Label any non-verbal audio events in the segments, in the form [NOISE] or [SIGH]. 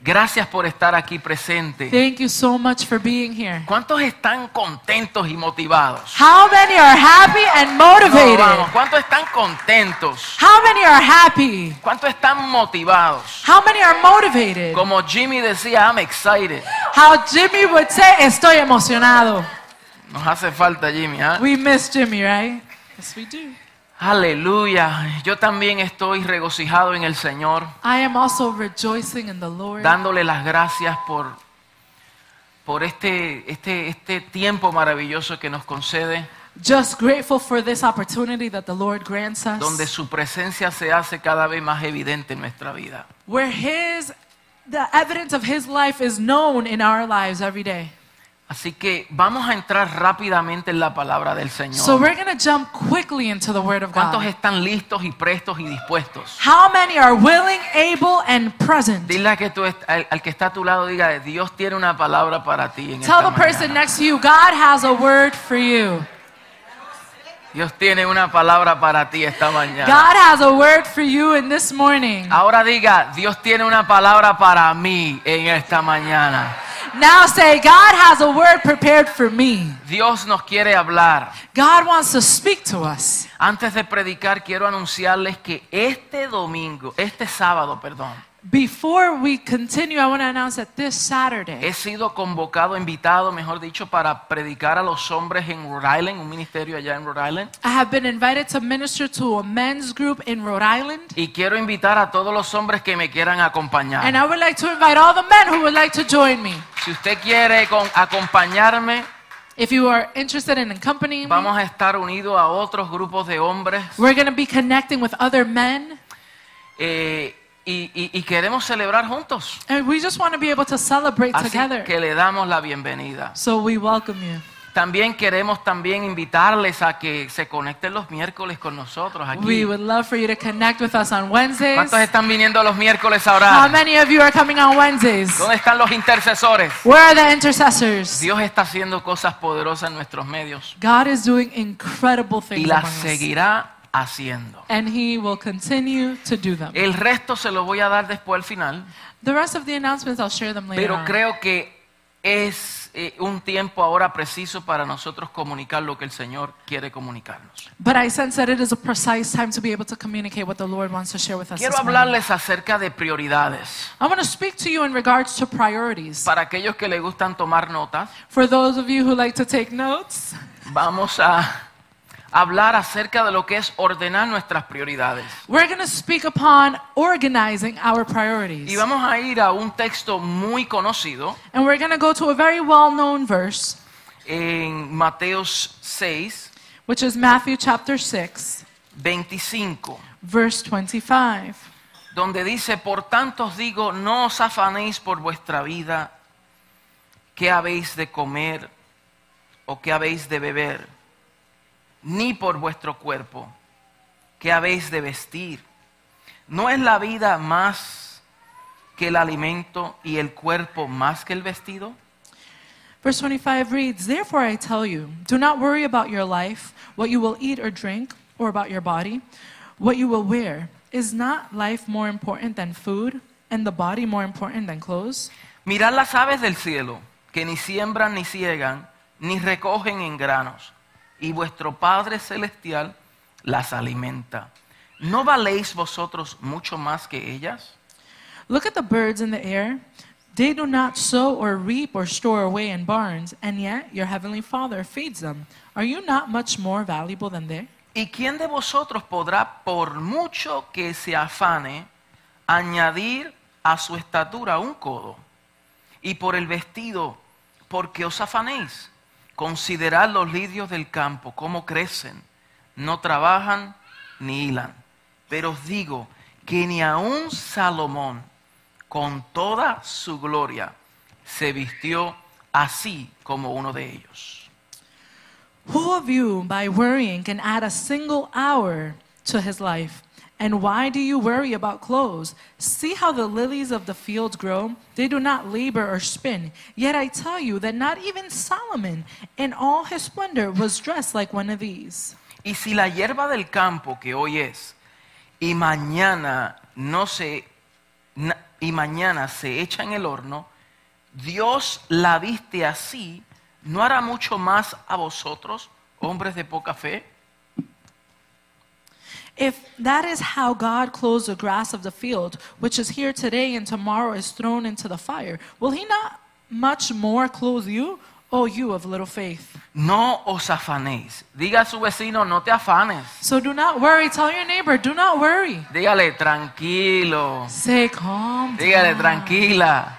Gracias por estar aquí presente. Thank you so much for being here. ¿Cuántos están contentos y motivados? How many are happy and No, motivated? vamos, ¿cuántos están contentos? How many are happy? ¿Cuántos están motivados? How many are motivated? Como Jimmy decía, I'm excited. How Jimmy would say, estoy emocionado. Nos hace falta Jimmy, ¿ah? We miss Jimmy, right? Yes, we do. Aleluya. Yo también estoy regocijado en el Señor, I am also rejoicing in the Lord, dándole las gracias por, por este, este, este tiempo maravilloso que nos concede, just grateful for this opportunity that the Lord grants us, donde su presencia se hace cada vez más evidente en nuestra vida. where His, the evidence of His life is known in our lives every day. Así que vamos a entrar rápidamente en la palabra del Señor. So we're going to jump quickly into the Word of ¿Cuántos God. están listos y prestos y dispuestos? How many are willing, able, and present? Dile a que tú est- al, al que está a tu lado, diga, Dios tiene una palabra para ti. En Tell esta the person mañana. next to you, God has a word for you. Dios tiene una palabra para ti esta mañana. God has a word for you in this morning. Ahora diga, Dios tiene una palabra para mí en esta mañana. Now say, God has a word prepared for me. Dios nos quiere hablar. God wants to speak to us. Antes de predicar, quiero anunciarles que este domingo, este sábado, perdón, Before we continue, I want to announce that this Saturday, he sido convocado, invitado, mejor dicho, para predicar a los hombres en Rhode Island, un ministerio allá en Rhode Island. I have been invited to minister to a men's group in Rhode Island. Y quiero invitar a todos los hombres que me quieran And acompañar. I would like to invite all the men who would like to join me. Si usted quiere con- acompañarme, If you are interested in accompanying me, vamos a estar unidos a otros grupos de hombres. we're going to be connecting with other men. eh, y, y- y queremos celebrar juntos. And we just want to be able to celebrate Así together. que le damos la bienvenida. So we welcome you. También queremos también invitarles a que se conecten los miércoles con nosotros We aquí. would love for you to connect with us on Wednesdays. ¿Cuántos están viniendo los miércoles How ahora? many of you are coming on Wednesdays? ¿Dónde están los intercesores? Where are the intercessors? Dios está haciendo cosas poderosas en nuestros medios God is doing incredible y things among las us, seguirá haciendo. and He will continue to do them. El resto se lo voy a dar después al final, The rest of the announcements, I'll share them later. pero on. creo que es eh, un tiempo ahora preciso para nosotros comunicar lo que el Señor quiere comunicarnos. But I sense that it is a precise time to be able to communicate what the Lord wants to share with us. Quiero this morning. hablarles acerca de prioridades. I want to speak to you in regards to priorities. Para aquellos que les gustan tomar notas, For those of you who like to take notes, vamos a hablar acerca de lo que es ordenar nuestras prioridades. we're going to speak upon organizing our priorities. Y vamos a ir a un texto muy conocido And we're going to go to a very well known verse, en Mateo 6, which is Matthew chapter 6, 25. verse 25. donde dice, por tanto os digo, no os afanéis por vuestra vida, qué habéis de comer o qué habéis de beber, ni por vuestro cuerpo, qué habéis de vestir. ¿No es la vida más que el alimento y el cuerpo más que el vestido? Verse 25 reads, Therefore I tell you, do not worry about your life, what you will eat or drink, or about your body, what you will wear. Is not life more important than food, and the body more important than clothes? Mirad las aves del cielo, que ni siembran ni ciegan, ni recogen en granos, y vuestro Padre Celestial las alimenta. ¿No valéis vosotros mucho más que ellas? Look at the birds in the air. They do not sow or reap or store away in barns, and yet your heavenly Father feeds them. Are you not much more valuable than they? ¿Y quién de vosotros podrá, por mucho que se afane, añadir a su estatura un codo? Y por el vestido, ¿por qué os afanéis? Considerad los lirios del campo, cómo crecen, no trabajan ni hilan. Pero os digo que ni aun Salomón, con toda su gloria, se vistió así como uno de ellos. Who of you, by worrying, can add a single hour to his life? And why do you worry about clothes? See how the lilies of the field grow? They do not labor or spin. Yet I tell you that not even Solomon, in all his splendor, was dressed like one of these. Y si la hierba del campo que hoy es y mañana no se na- y mañana se echa en el horno, Dios la viste así, ¿no hará mucho más a vosotros, hombres de poca fe? If that is how God clothes the grass of the field, which is here today and tomorrow is thrown into the fire, will He not much more clothe you, O you of little faith? No os afanéis. Diga a su vecino, no te afanes. So do not worry. Tell your neighbor, do not worry. Dígale, tranquilo. Say, calm Dígale, down. tranquila.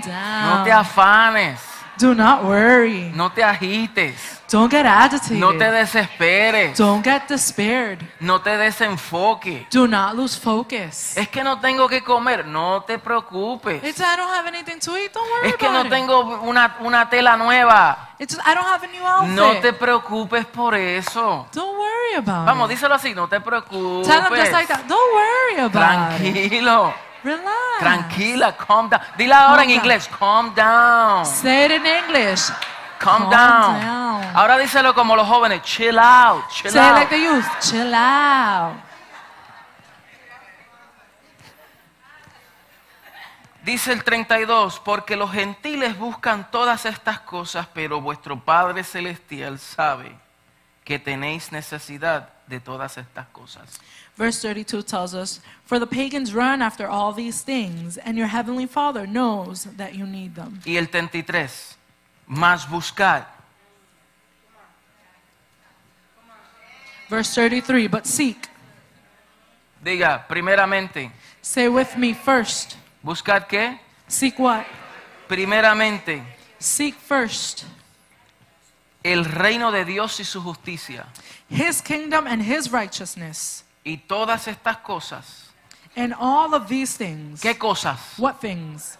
No down. te afanes. do not worry. No te agites. Don't get agitated. No te desesperes. Don't get despaired. No te desenfoques. Do not lose focus. Es que no tengo que comer. No te preocupes. It's I don't have anything to eat. Don't worry Es que about no it. tengo una, una tela nueva. It's I don't have a new outfit. No te preocupes por eso. Don't worry about Vamos, it. díselo así. No te Tell them just preocupes. like that. Don't worry about it. Tranquilo. Relax. Tranquila, calm down. Dile ahora Ah. Calm en down. inglés, calm down, Say it in English. calm Calm down. down. Ahora díselo como los jóvenes, chill out, chill Say it out. like the youth. Chill out. Dice el 32, porque los gentiles buscan todas estas cosas, pero vuestro Padre Celestial sabe que tenéis necesidad de todas estas cosas. Verse 32 tells us, For the pagans run after all these things, and your heavenly Father knows that you need them. Y el 33, más buscad. Verse 33, But seek. Diga, primeramente, Say with me first. ¿buscad qué? Seek what? Primeramente, Seek first el reino de Dios y su justicia. his kingdom and his righteousness, Y todas estas cosas and all of these things. ¿Qué cosas? What things?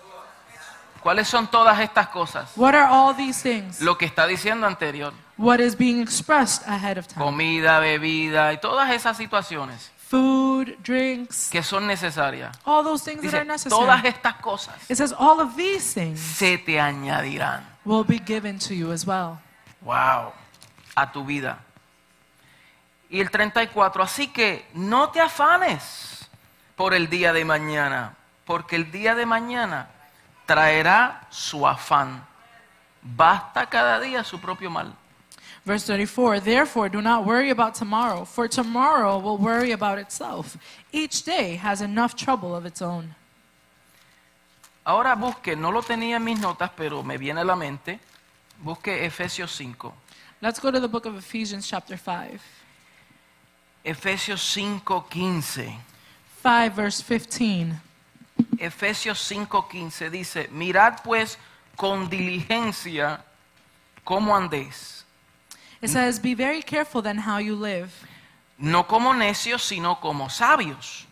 ¿Cuáles son todas estas cosas? What are all these things? Lo que está diciendo anterior. What is being expressed ahead of time? Comida, bebida y todas esas situaciones Food, drinks, que son necesarias. all those things that Dice, are necessary. todas estas cosas It says all of these things se te añadirán. will be given to you as well. Wow. A tu vida. Y el 34, así que no te afanes por el día de mañana, porque el día de mañana traerá su afán. Basta cada día su propio mal. Verse 34 Therefore, do not worry about tomorrow, for tomorrow will worry about itself. Each day has enough trouble of its own. Ahora busque, no lo tenía en mis notas, pero me viene a la mente. Busque Efesios 5. Let's go to the book of Ephesians, chapter 5, Efesios 5, 15. 5, verse 15. Efesios 5, 15 dice, mirad pues con diligencia cómo andéis. It says, Be very careful then how you live, No como necios, sino como sabios.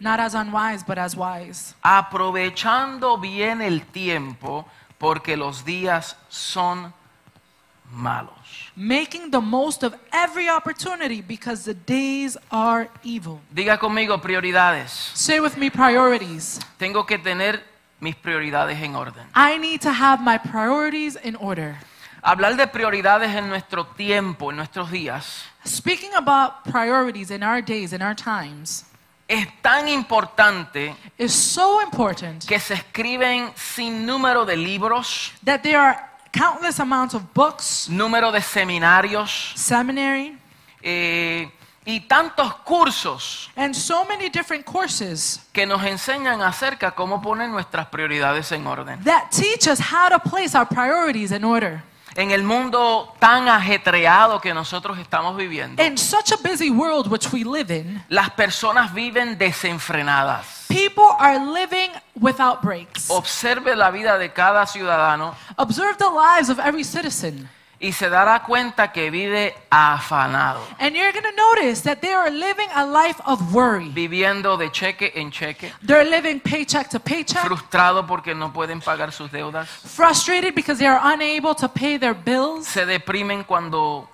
not as unwise, but as wise, Aprovechando bien el tiempo, porque los días son malos. making the most of every opportunity because the days are evil. Diga conmigo prioridades. Say with me priorities. Tengo que tener mis prioridades en orden. I need to have my priorities in order. Hablar de prioridades en nuestro tiempo, en nuestros días, Speaking about priorities in our days, in our times, es tan importante is so important que se escriben sin número de libros, that there are countless amounts of books, número de seminarios seminary, eh, y tantos cursos and so many different courses que nos enseñan acerca cómo poner nuestras prioridades en orden. that teach us how to place our priorities in order. En el mundo tan ajetreado que nosotros estamos viviendo, In such a busy world which we live in, las personas viven desenfrenadas. people are living without breaks. Oh. Observe la vida de cada ciudadano Observe the lives of every citizen, y se dará cuenta que vive afanado. and you're going to notice that they are living a life of worry. viviendo de cheque en cheque, They're living paycheck to paycheck, frustrado porque no pueden pagar sus deudas, frustrated because they are unable to pay their bills. se deprimen cuando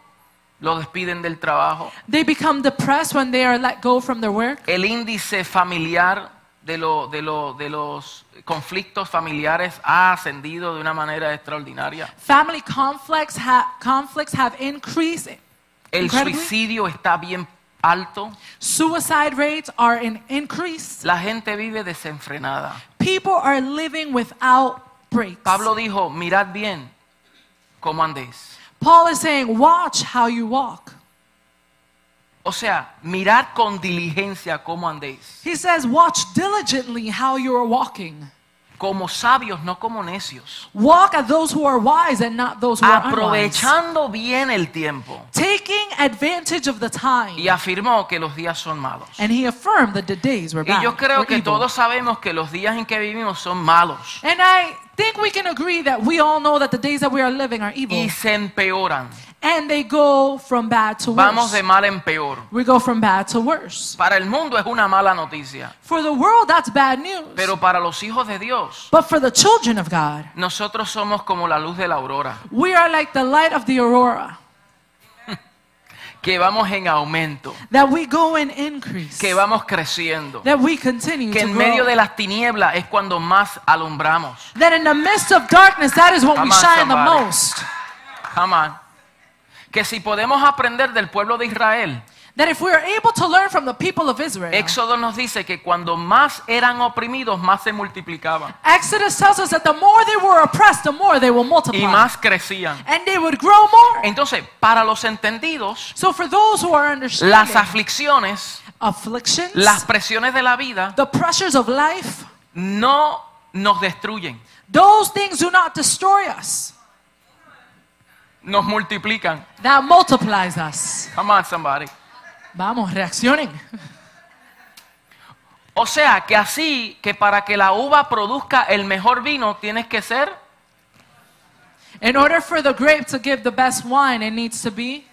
lo despiden del trabajo, They become depressed when they are let go from their work. el índice familiar de, lo- de lo- de los conflictos familiares ha ascendido de una manera extraordinaria, Family conflicts, ha- conflicts have increased. el Incredibly. suicidio está bien alto, Suicide rates are in increase. la gente vive desenfrenada. People are living without breaks. Pablo dijo, mirad bien cómo andéis. Paul is saying, watch how you walk. O sea, mirad con diligencia cómo andéis. He says, watch diligently how you are walking. Como sabios, no como necios. Walk at those who are wise and not those who are unwise. Aprovechando bien el tiempo. Taking advantage of the Y time. afirmó que los días son malos. And he affirmed that the days were Y bad. yo creo were que evil. todos sabemos que los días en que vivimos son malos. And I think we can agree that we all know that the days that we are living are evil. Y se empeoran. And they go from bad to Vamos worse. de mal en peor. We go from bad to worse. Para el mundo es una mala noticia. For the world, that's bad news. Pero para los hijos de Dios, but for the children of God, nosotros somos como la luz de la aurora, we are like the light of the aurora, que vamos en aumento, that we go in increase, que vamos creciendo, that we continue que to en medio grow. de las tinieblas es cuando más alumbramos. that in the midst of darkness, that is when Come we on, shine the somebody. most. Jamás. Que si podemos aprender del pueblo de Israel, That if we are able to learn from the people of Israel, Éxodo nos dice que cuando más eran oprimidos, más se multiplicaban Exodus tells us that the more they were oppressed, the more they will multiply. y más crecían. and they would grow more. Entonces, para los entendidos, So for those who are understanding las aflicciones, afflictions, las presiones de la vida, the pressures of life, no nos destruyen, those things do not destroy us. nos multiplican. That multiplies us. Come on, somebody. Vamos, reaccionen. O sea, que así, que para que la uva produzca el mejor vino, tienes que ser In order for the grape to give the best wine, it needs to be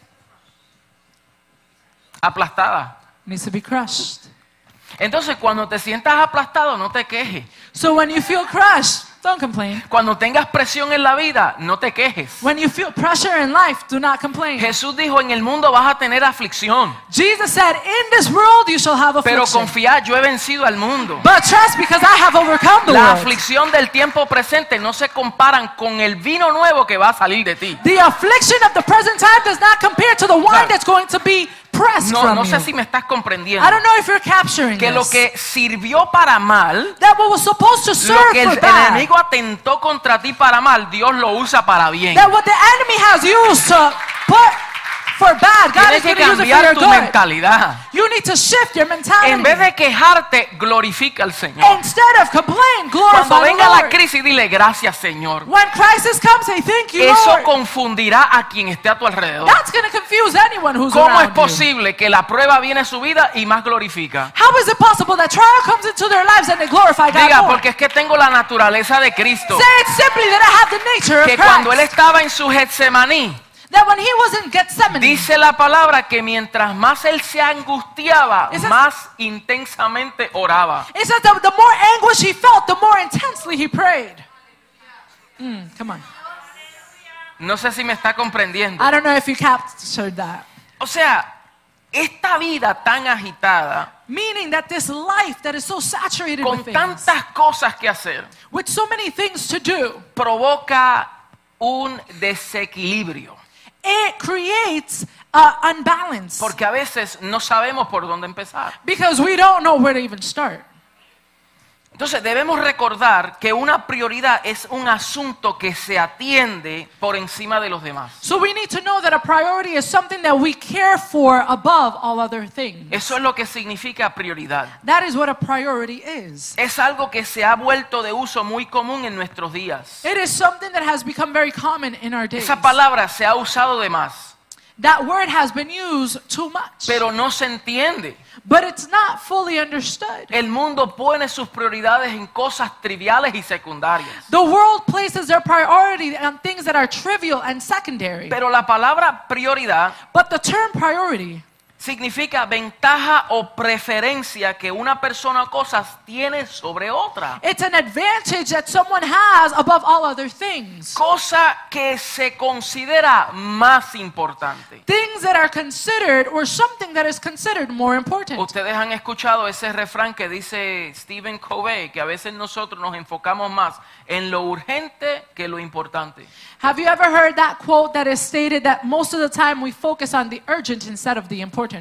aplastada. needs to be crushed. Entonces, cuando te sientas aplastado, no te quejes. So when you feel crushed, don't complain. Cuando tengas presión en la vida, no te quejes. When you feel pressure in life, do not complain. Jesús dijo, en el mundo vas a tener aflicción, Jesus said, "In this world you shall have pero affliction, confía, yo he vencido al mundo. but trust because I have overcome the La world." aflicción del tiempo presente no se comparan con el vino nuevo que va a salir de ti. The affliction of the present time does not compare to the wine Claro. that's going to be pressed No, from no sé you. si me estás comprendiendo. I don't know if you're capturing Que lo this. que sirvió para mal, that what was supposed to lo serve que el for bad, enemigo atentó contra ti para mal, Dios lo usa para bien. that what the enemy has used to put for bad, God Tienes is que going to use it for your cambiar tu good. mentalidad. You need to shift your mentality. En vez de quejarte, glorifica al Señor. Instead of complain, Cuando glorify the venga la Lord. crisis, dile gracias, Señor. When crisis comes, say thank you, Eso Lord. confundirá a quien esté a tu alrededor. That's going to confuse anyone who's ¿Cómo es around you. posible que la prueba viene a su vida y más glorifica? How is it possible that trial comes into their lives and they glorify God Diga, more? porque es que tengo la naturaleza de Cristo. Say it simply that I have the nature of Que cuando él Christ. estaba en su Getsemaní, That when he was in Gethsemane, dice la palabra que mientras más él se angustiaba, Esa- más intensamente oraba. it says that the more anguish he felt, the more intensely he prayed. Mm, come on. No sé si me está comprendiendo. I don't know if you captured that. O sea, esta vida tan agitada, Meaning that this life that is so saturated con with things, tantas cosas que hacer, with so many things to do, provoca un desequilibrio. it creates uh, unbalance. Porque a veces no sabemos por dónde empezar. Because we don't know where to even start. Entonces debemos recordar que una prioridad es un asunto que se atiende por encima de los demás. So we need to know that a priority is something that we care for above all other things. Eso es lo que significa prioridad. That is what a priority is. Es algo que se ha vuelto de uso muy común en nuestros días. It is something that has become very common in our days. Esa palabra se ha usado de más, That word has been used too much, pero no se entiende. but it's not fully understood. El mundo pone sus prioridades en cosas triviales y secundarias. The world places their priority on things that are trivial and secondary. Pero la palabra prioridad But the term priority significa ventaja o preferencia que una persona o cosas tiene sobre otra. It's an advantage that someone has above all other things. Cosa que se considera más importante. Things that are considered or something that is considered more important. Ustedes han escuchado ese refrán que dice Stephen Covey, que a veces nosotros nos enfocamos más en lo urgente que lo importante. Have you ever heard that quote that is stated that most of the time we focus on the urgent instead of the important?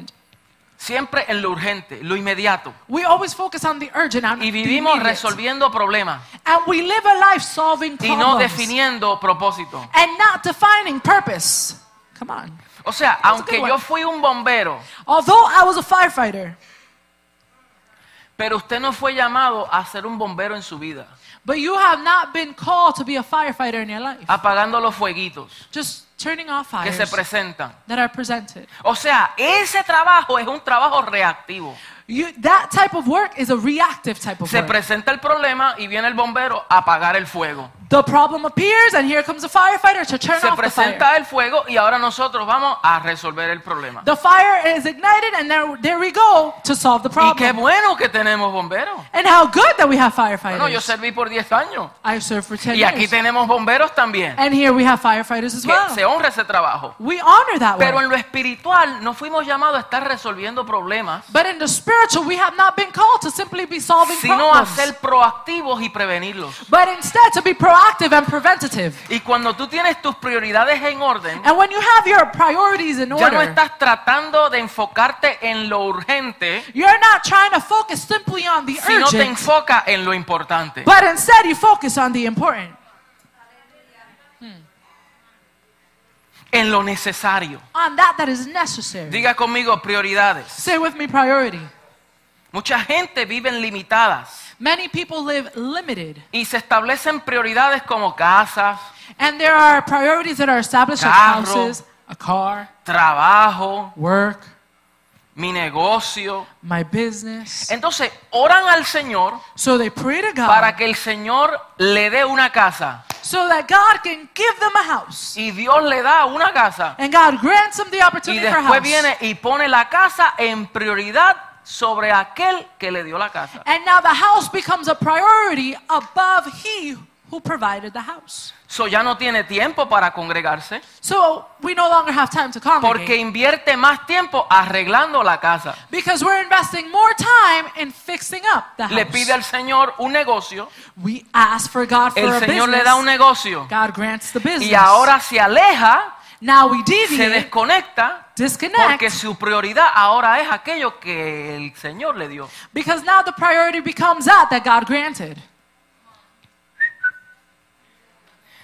Siempre en lo urgente, lo inmediato. We always focus on the urgent and Y the vivimos immediate. resolviendo problemas And we live a life solving y no problems definiendo propósito. and not defining purpose. Come on. O sea, aunque one. yo fui un bombero, Although I was a firefighter, pero usted no fue llamado a ser un bombero en su vida, but you have not been called to be a firefighter in your life. apagando los fueguitos Just turning off que fires se presentan. that are presented. O sea, ese trabajo es un trabajo reactivo. You, that type of work is a reactive type of Se work. presenta el problema y viene el bombero a apagar el fuego. The problem appears, and here comes a firefighter to turn Se off the fire. presenta el fuego y ahora nosotros vamos a resolver el problema. The fire is ignited, and there, there we go to solve the Y qué problem. bueno que tenemos bomberos. And how good that we have firefighters. Bueno, yo serví por 10 años. I served for 10 Y aquí years. tenemos bomberos también. And here we have firefighters as Que well. se honra ese trabajo. We honor that Pero one. en lo espiritual no fuimos llamados a estar resolviendo problemas, But in the spiritual, we have not been called to simply be solving sino a problems. ser proactivos y prevenirlos. But instead to be proactive and preventative. Y cuando tú tienes tus prioridades en orden, And when you have your priorities ya in no order, estás tratando de enfocarte en lo urgente, you're not trying to focus simply on the sino te urgent, enfoca en lo importante. but instead you focus on the important, en lo necesario. on that that is necessary. Diga conmigo prioridades. Say with me priority. Mucha gente vive limitadas Many people live limited, y se establecen prioridades como casas, and there are priorities that are established like Carro. houses, a car, trabajo, work, mi negocio. my business. Entonces, oran al Señor So they pray to para God que el Señor le dé una casa so that God can give them a house. y Dios le da una casa And God grants them the y opportunity for a después house. viene y pone la casa en prioridad sobre aquel que le dio la casa. And now the house becomes a priority above he who provided the house. So ya no tiene tiempo para congregarse So we no longer have time to porque congregate invierte más tiempo arreglando la casa. because we're investing more time in fixing up the Le pide house. al Señor un negocio, We ask for God for el a Señor le da un business. negocio God grants the business. y ahora se aleja, now we se deviate, desconecta porque disconnect, su prioridad ahora es aquello que el Señor le dio. because now the priority becomes that that God granted.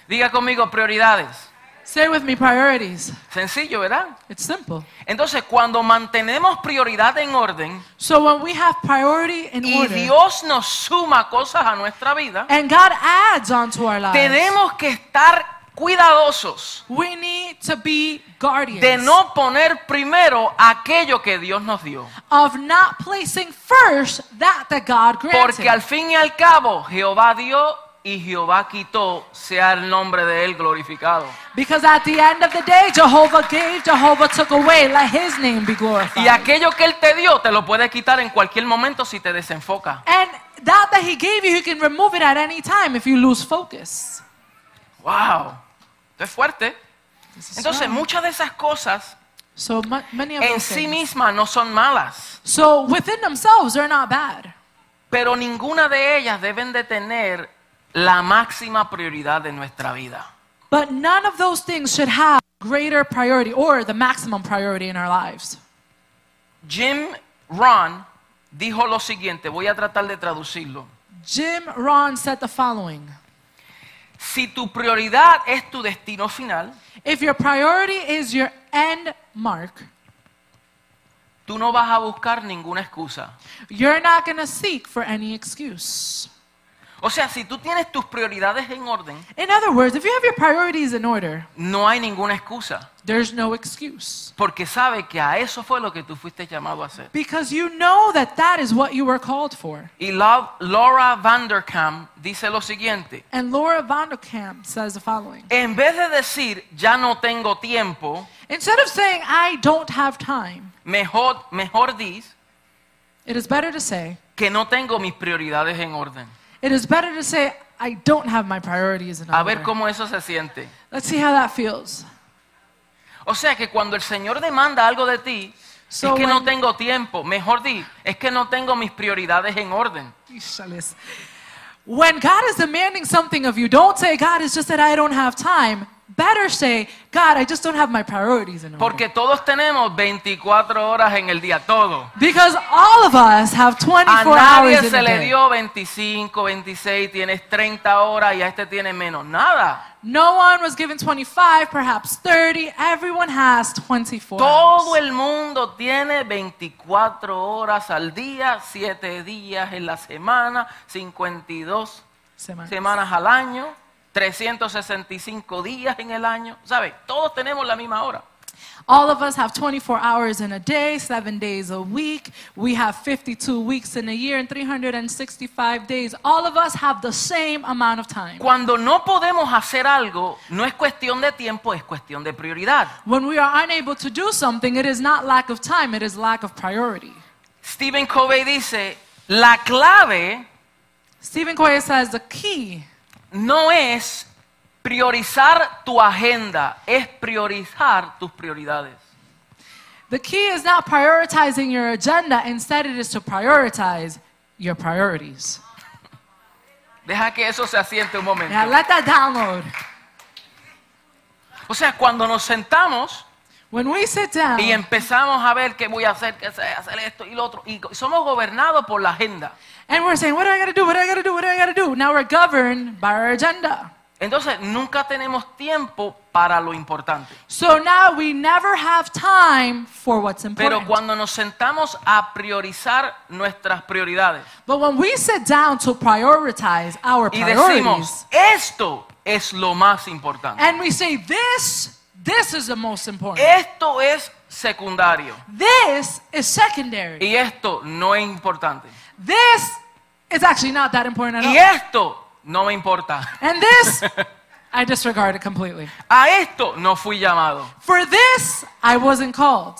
Diga conmigo prioridades. Say with me, priorities. Sencillo, ¿verdad? It's simple. Entonces, cuando mantenemos prioridad en orden So when we have priority in y order, Dios nos suma cosas a nuestra vida, and God adds onto our lives, tenemos que estar cuidadosos We need to be guardians de no poner primero aquello que Dios nos dio. of not placing first that that God granted. Porque al fin y al cabo, Jehová dio y Jehová quitó, sea el nombre de Él glorificado. because at the end of the day, Jehovah gave, Jehovah took away. Let His name be glorified. Y aquello que Él te dio, te lo puede quitar en cualquier momento si te desenfoca. and that that He gave you, you can remove it at any time if you lose focus. ¡Wow! Esto es fuerte. This is Entonces, right. muchas de esas cosas so mu- many of en those sí things. mismas no son malas, So within themselves, they're not bad, pero ninguna de ellas deben de tener la máxima prioridad de nuestra vida. but none of those things should have greater priority or the maximum priority in our lives. Jim Ron dijo lo siguiente, voy a tratar de traducirlo. Jim Ron said the following. Si tu prioridad es tu destino final, If your priority is your end mark, tú no vas a buscar ninguna excusa. you're not going to seek for any excuse. O sea, si tú tienes tus prioridades en orden, In other words, if you have your priorities in order, no hay ninguna excusa, there's no excuse porque sabe que a eso fue lo que tú fuiste llamado a hacer. because you know that that is what you were called for. Y Lau- Laura Vanderkam dice lo siguiente, And Laura Vondelkamp says the following. En vez de decir ya no tengo tiempo, Instead of saying, I don't have time, mejor, mejor dis it is better to say, que no tengo mis prioridades en orden. it is better to say, I don't have my priorities in A ver order. cómo eso se siente. Let's see how that feels. O sea que cuando el Señor demanda algo de ti, So es que no when- tengo tiempo. Mejor di, es que no tengo mis prioridades en orden. Ishales. When God is demanding something of you, don't say, God, it's just that I don't have time. better say, God, I just don't have my priorities in order. Porque todos tenemos 24 horas en el día, todos. Because all of us have 24 A hours nadie in se a le day. dio 25, 26, tienes 30 horas y a este tiene menos. Nada. No one was given 25, perhaps 30. Everyone has 24. Todo hours. el mundo tiene 24 horas al día, 7 días en la semana, 52 Semana. semanas al año, 365 días en el año. ¿Sabes? Todos tenemos la misma hora. All of us have 24 hours in a day, seven days a week. We have 52 weeks in a year and 365 days. All of us have the same amount of time. Cuando no podemos hacer algo, no es cuestión de tiempo, es cuestión de prioridad. When we are unable to do something, it is not lack of time, it is lack of priority. Stephen Covey dice, la clave Stephen Coyer says the key no es priorizar tu agenda, es priorizar tus prioridades. the key is not prioritizing your agenda, instead it is to prioritize your priorities. Deja que eso se asiente un momento. Now let that download. O sea, cuando nos sentamos When we sit down y empezamos a ver qué voy a hacer, qué sé, hacer esto y lo otro, y somos gobernados por la agenda. and we're saying, what do I gotta do? What do I gotta do? What do I gotta do? Now we're governed by our agenda. Entonces, nunca tenemos tiempo para lo importante. So now we never have time for what's Pero important. cuando nos sentamos a priorizar nuestras prioridades but when we sit down to prioritize our y priorities, Ah. decimos, esto es lo más importante, and we say, this, this is the most important. esto es secundario this is secondary. y esto no es importante this is actually not that important at all. y esto no me importa, and this, I disregard it completely. a esto no fui llamado. For this, I wasn't called.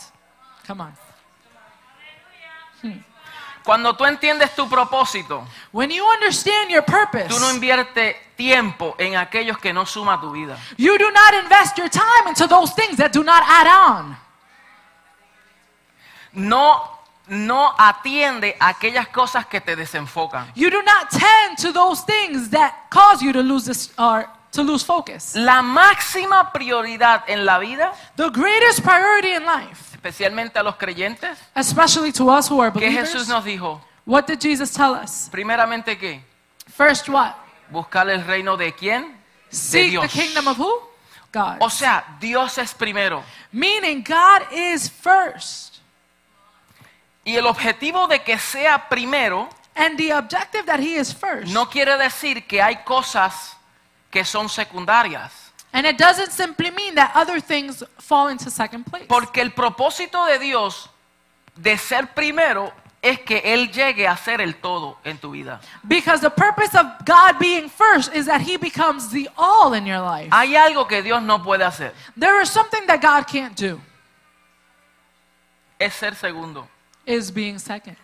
Come on. Cuando tú entiendes tu propósito, When you understand your purpose, tú no inviertes tiempo en aquellos que no suma a tu vida. You do not invest your time into those things that do not add on. No, no atiende a aquellas cosas que te desenfocan. You do not tend to those things that cause you to lose this or to lose focus. La máxima prioridad en la vida The greatest priority in life, especialmente a los creyentes, especially to us who are que Jesús believers, nos dijo, what did Jesus tell us? primeramente que First, what? buscar el reino de quién? Seek the Dios. kingdom of who? God. O sea, Dios es primero. Meaning God is first. Y el objetivo de que sea primero And the objective that he is first. no quiere decir que hay cosas que son secundarias, And it doesn't simply mean that other things fall into second place. porque el propósito de Dios de ser primero es que Él llegue a ser el todo en tu vida. Because the purpose of God being first is that He becomes the all in your life. Hay algo que Dios no puede hacer, There is something that God can't do, es ser segundo. is being second.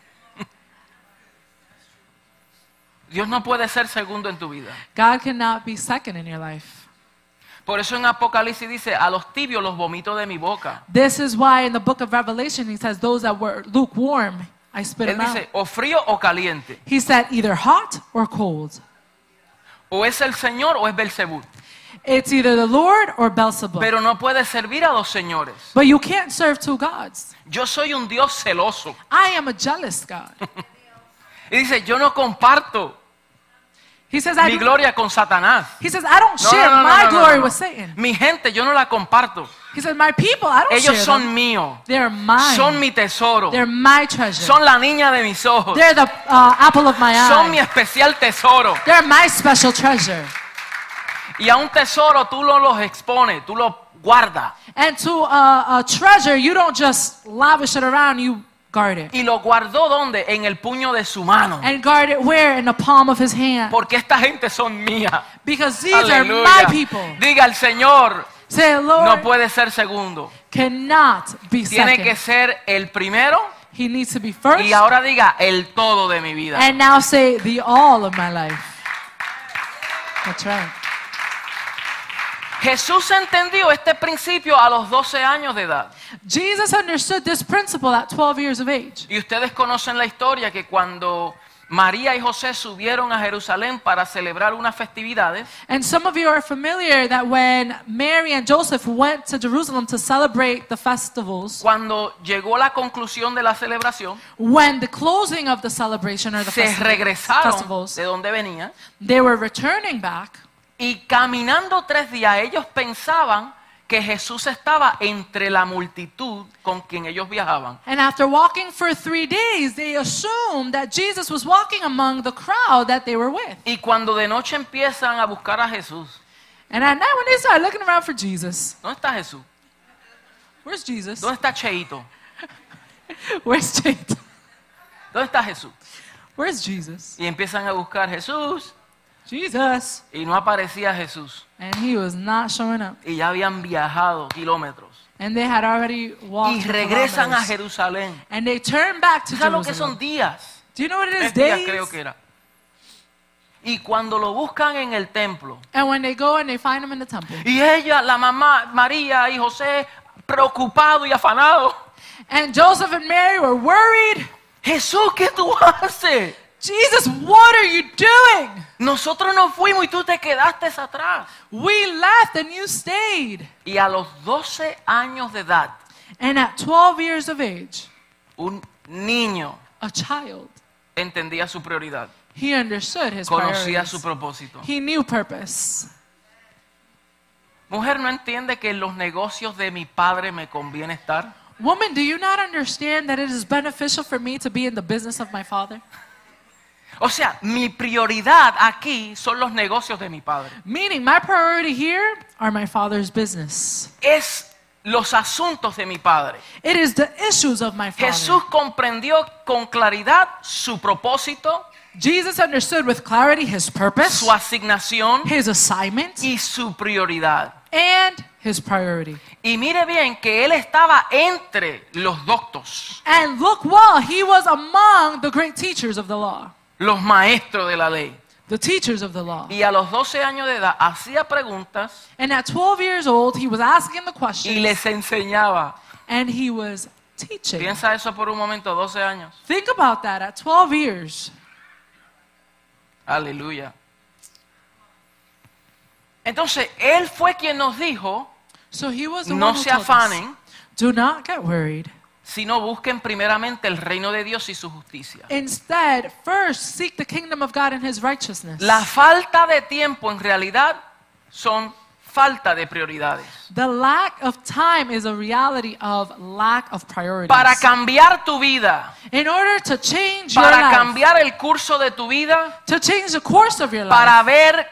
Dios no puede ser segundo en tu vida. God cannot be second in your life. Por eso en Apocalipsis dice, a los tibios los vomito de mi boca. This is why in the book of Revelation he says, Those that were lukewarm, I spit Él them out. dice, o frío o caliente. He said, Either hot or cold. O es el Señor o es Belcebú. It's either the Lord or Beelzebub. Pero no puede servir a dos señores. but you can't serve two gods. Yo soy un Dios celoso. I am a jealous God. Y dice, yo no comparto He says, I mi do, gloria con Satanás. he says, I don't No, share no, no, no, my no, no, glory no. with Satan. Mi gente, yo no la comparto. He says, My people, I don't Ellos share them. son míos. They're mine. Son mi tesoro. They're my treasure. Son la niña de mis ojos. They're the uh, apple of my eye. Son mi especial tesoro. They're my special treasure. Y a un tesoro tú no los expones, tú los guardas. And to uh, a treasure, you don't just lavish it around, you guard it. Y lo guardó donde? En el puño de su mano. And guard it where? In the palm of his hand. Porque esta gente son mías. Because these are my Aleluya. people. Diga el Señor, Say, Lord, no puede ser segundo. cannot be Tiene second. que ser el primero. He needs to be first. Y ahora diga el todo de mi vida. And now say, the all of my life. That's right. Jesús entendió este principio a los 12 años de edad. Jesus understood this principle at 12 years of age. Y ustedes conocen la historia que cuando María y José subieron a Jerusalén para celebrar unas festividades And some of you are familiar that when Mary and Joseph went to Jerusalem to celebrate the festivals, Cuando llegó la conclusión de la celebración, when the closing of the celebration or the se festival- regresaron festivals, de donde venían they were returning back. y caminando tres días ellos pensaban que Jesús estaba entre la multitud con quien ellos viajaban. And after walking for three days, they assumed that Jesus was walking among the crowd that they were with. Y cuando de noche empiezan a buscar a Jesús, And at night, when they started looking around for Jesus, ¿dónde está Jesús? where's Jesus? ¿Dónde está Cheito? [LAUGHS] Where's Jesus? ¿Dónde está Jesús? [LAUGHS] Where's Jesus? Y empiezan a buscar Jesús Jesus. y no aparecía Jesús. And he was not showing up. Y ya habían viajado kilómetros. And they had already walked. Y regresan a kilometers. Jerusalén. And they turned back to ¿Sabes lo que son Jerusalem. días? Do you know what it is? Tres días creo Days. que era. Y cuando lo buscan en el templo, And when they go and they find him in the temple. y ella, la mamá, María y José, preocupado y afanado, And Joseph and Mary were worried. Jesús, ¿qué tú haces? Jesus, what are you doing? Nosotros nos fuimos y tú te quedaste atrás. We left and you stayed. Y a los 12 años de edad, And at 12 years of age, un niño a child, entendía su prioridad, he understood his conocía priorities. su propósito. He knew purpose. Mujer, ¿no entiende que en los negocios de mi padre me conviene estar? Woman, do you not understand that it is beneficial for me to be in the business of my father? O sea, mi prioridad aquí son los negocios de mi padre. Meaning, my priority here are my father's business. es los asuntos de mi padre. It is the issues of my father. Jesús comprendió con claridad su propósito, Jesus understood with clarity his purpose, su asignación his assignment, y su prioridad. and his priority. Y mire bien que él estaba entre los doctos, And look well, he was among the great teachers of the law. los maestros de la ley. The teachers of the law. Y a los 12 años de edad hacía preguntas And at 12 years old, he was asking the y questions les enseñaba. and he was teaching. Piensa eso por un momento, 12 años. Think about that at 12 years. Aleluya. Entonces, él fue quien nos dijo, So he was the no one who se told us, afanen, Do not get worried. sino busquen primeramente el reino de Dios y su justicia. Instead, first seek the kingdom of God and his righteousness. La falta de tiempo en realidad son falta de prioridades. The lack of time is a reality of lack of priorities. Para cambiar tu vida, In order to change your para life, cambiar el curso de tu vida, to change the course of your life, para ver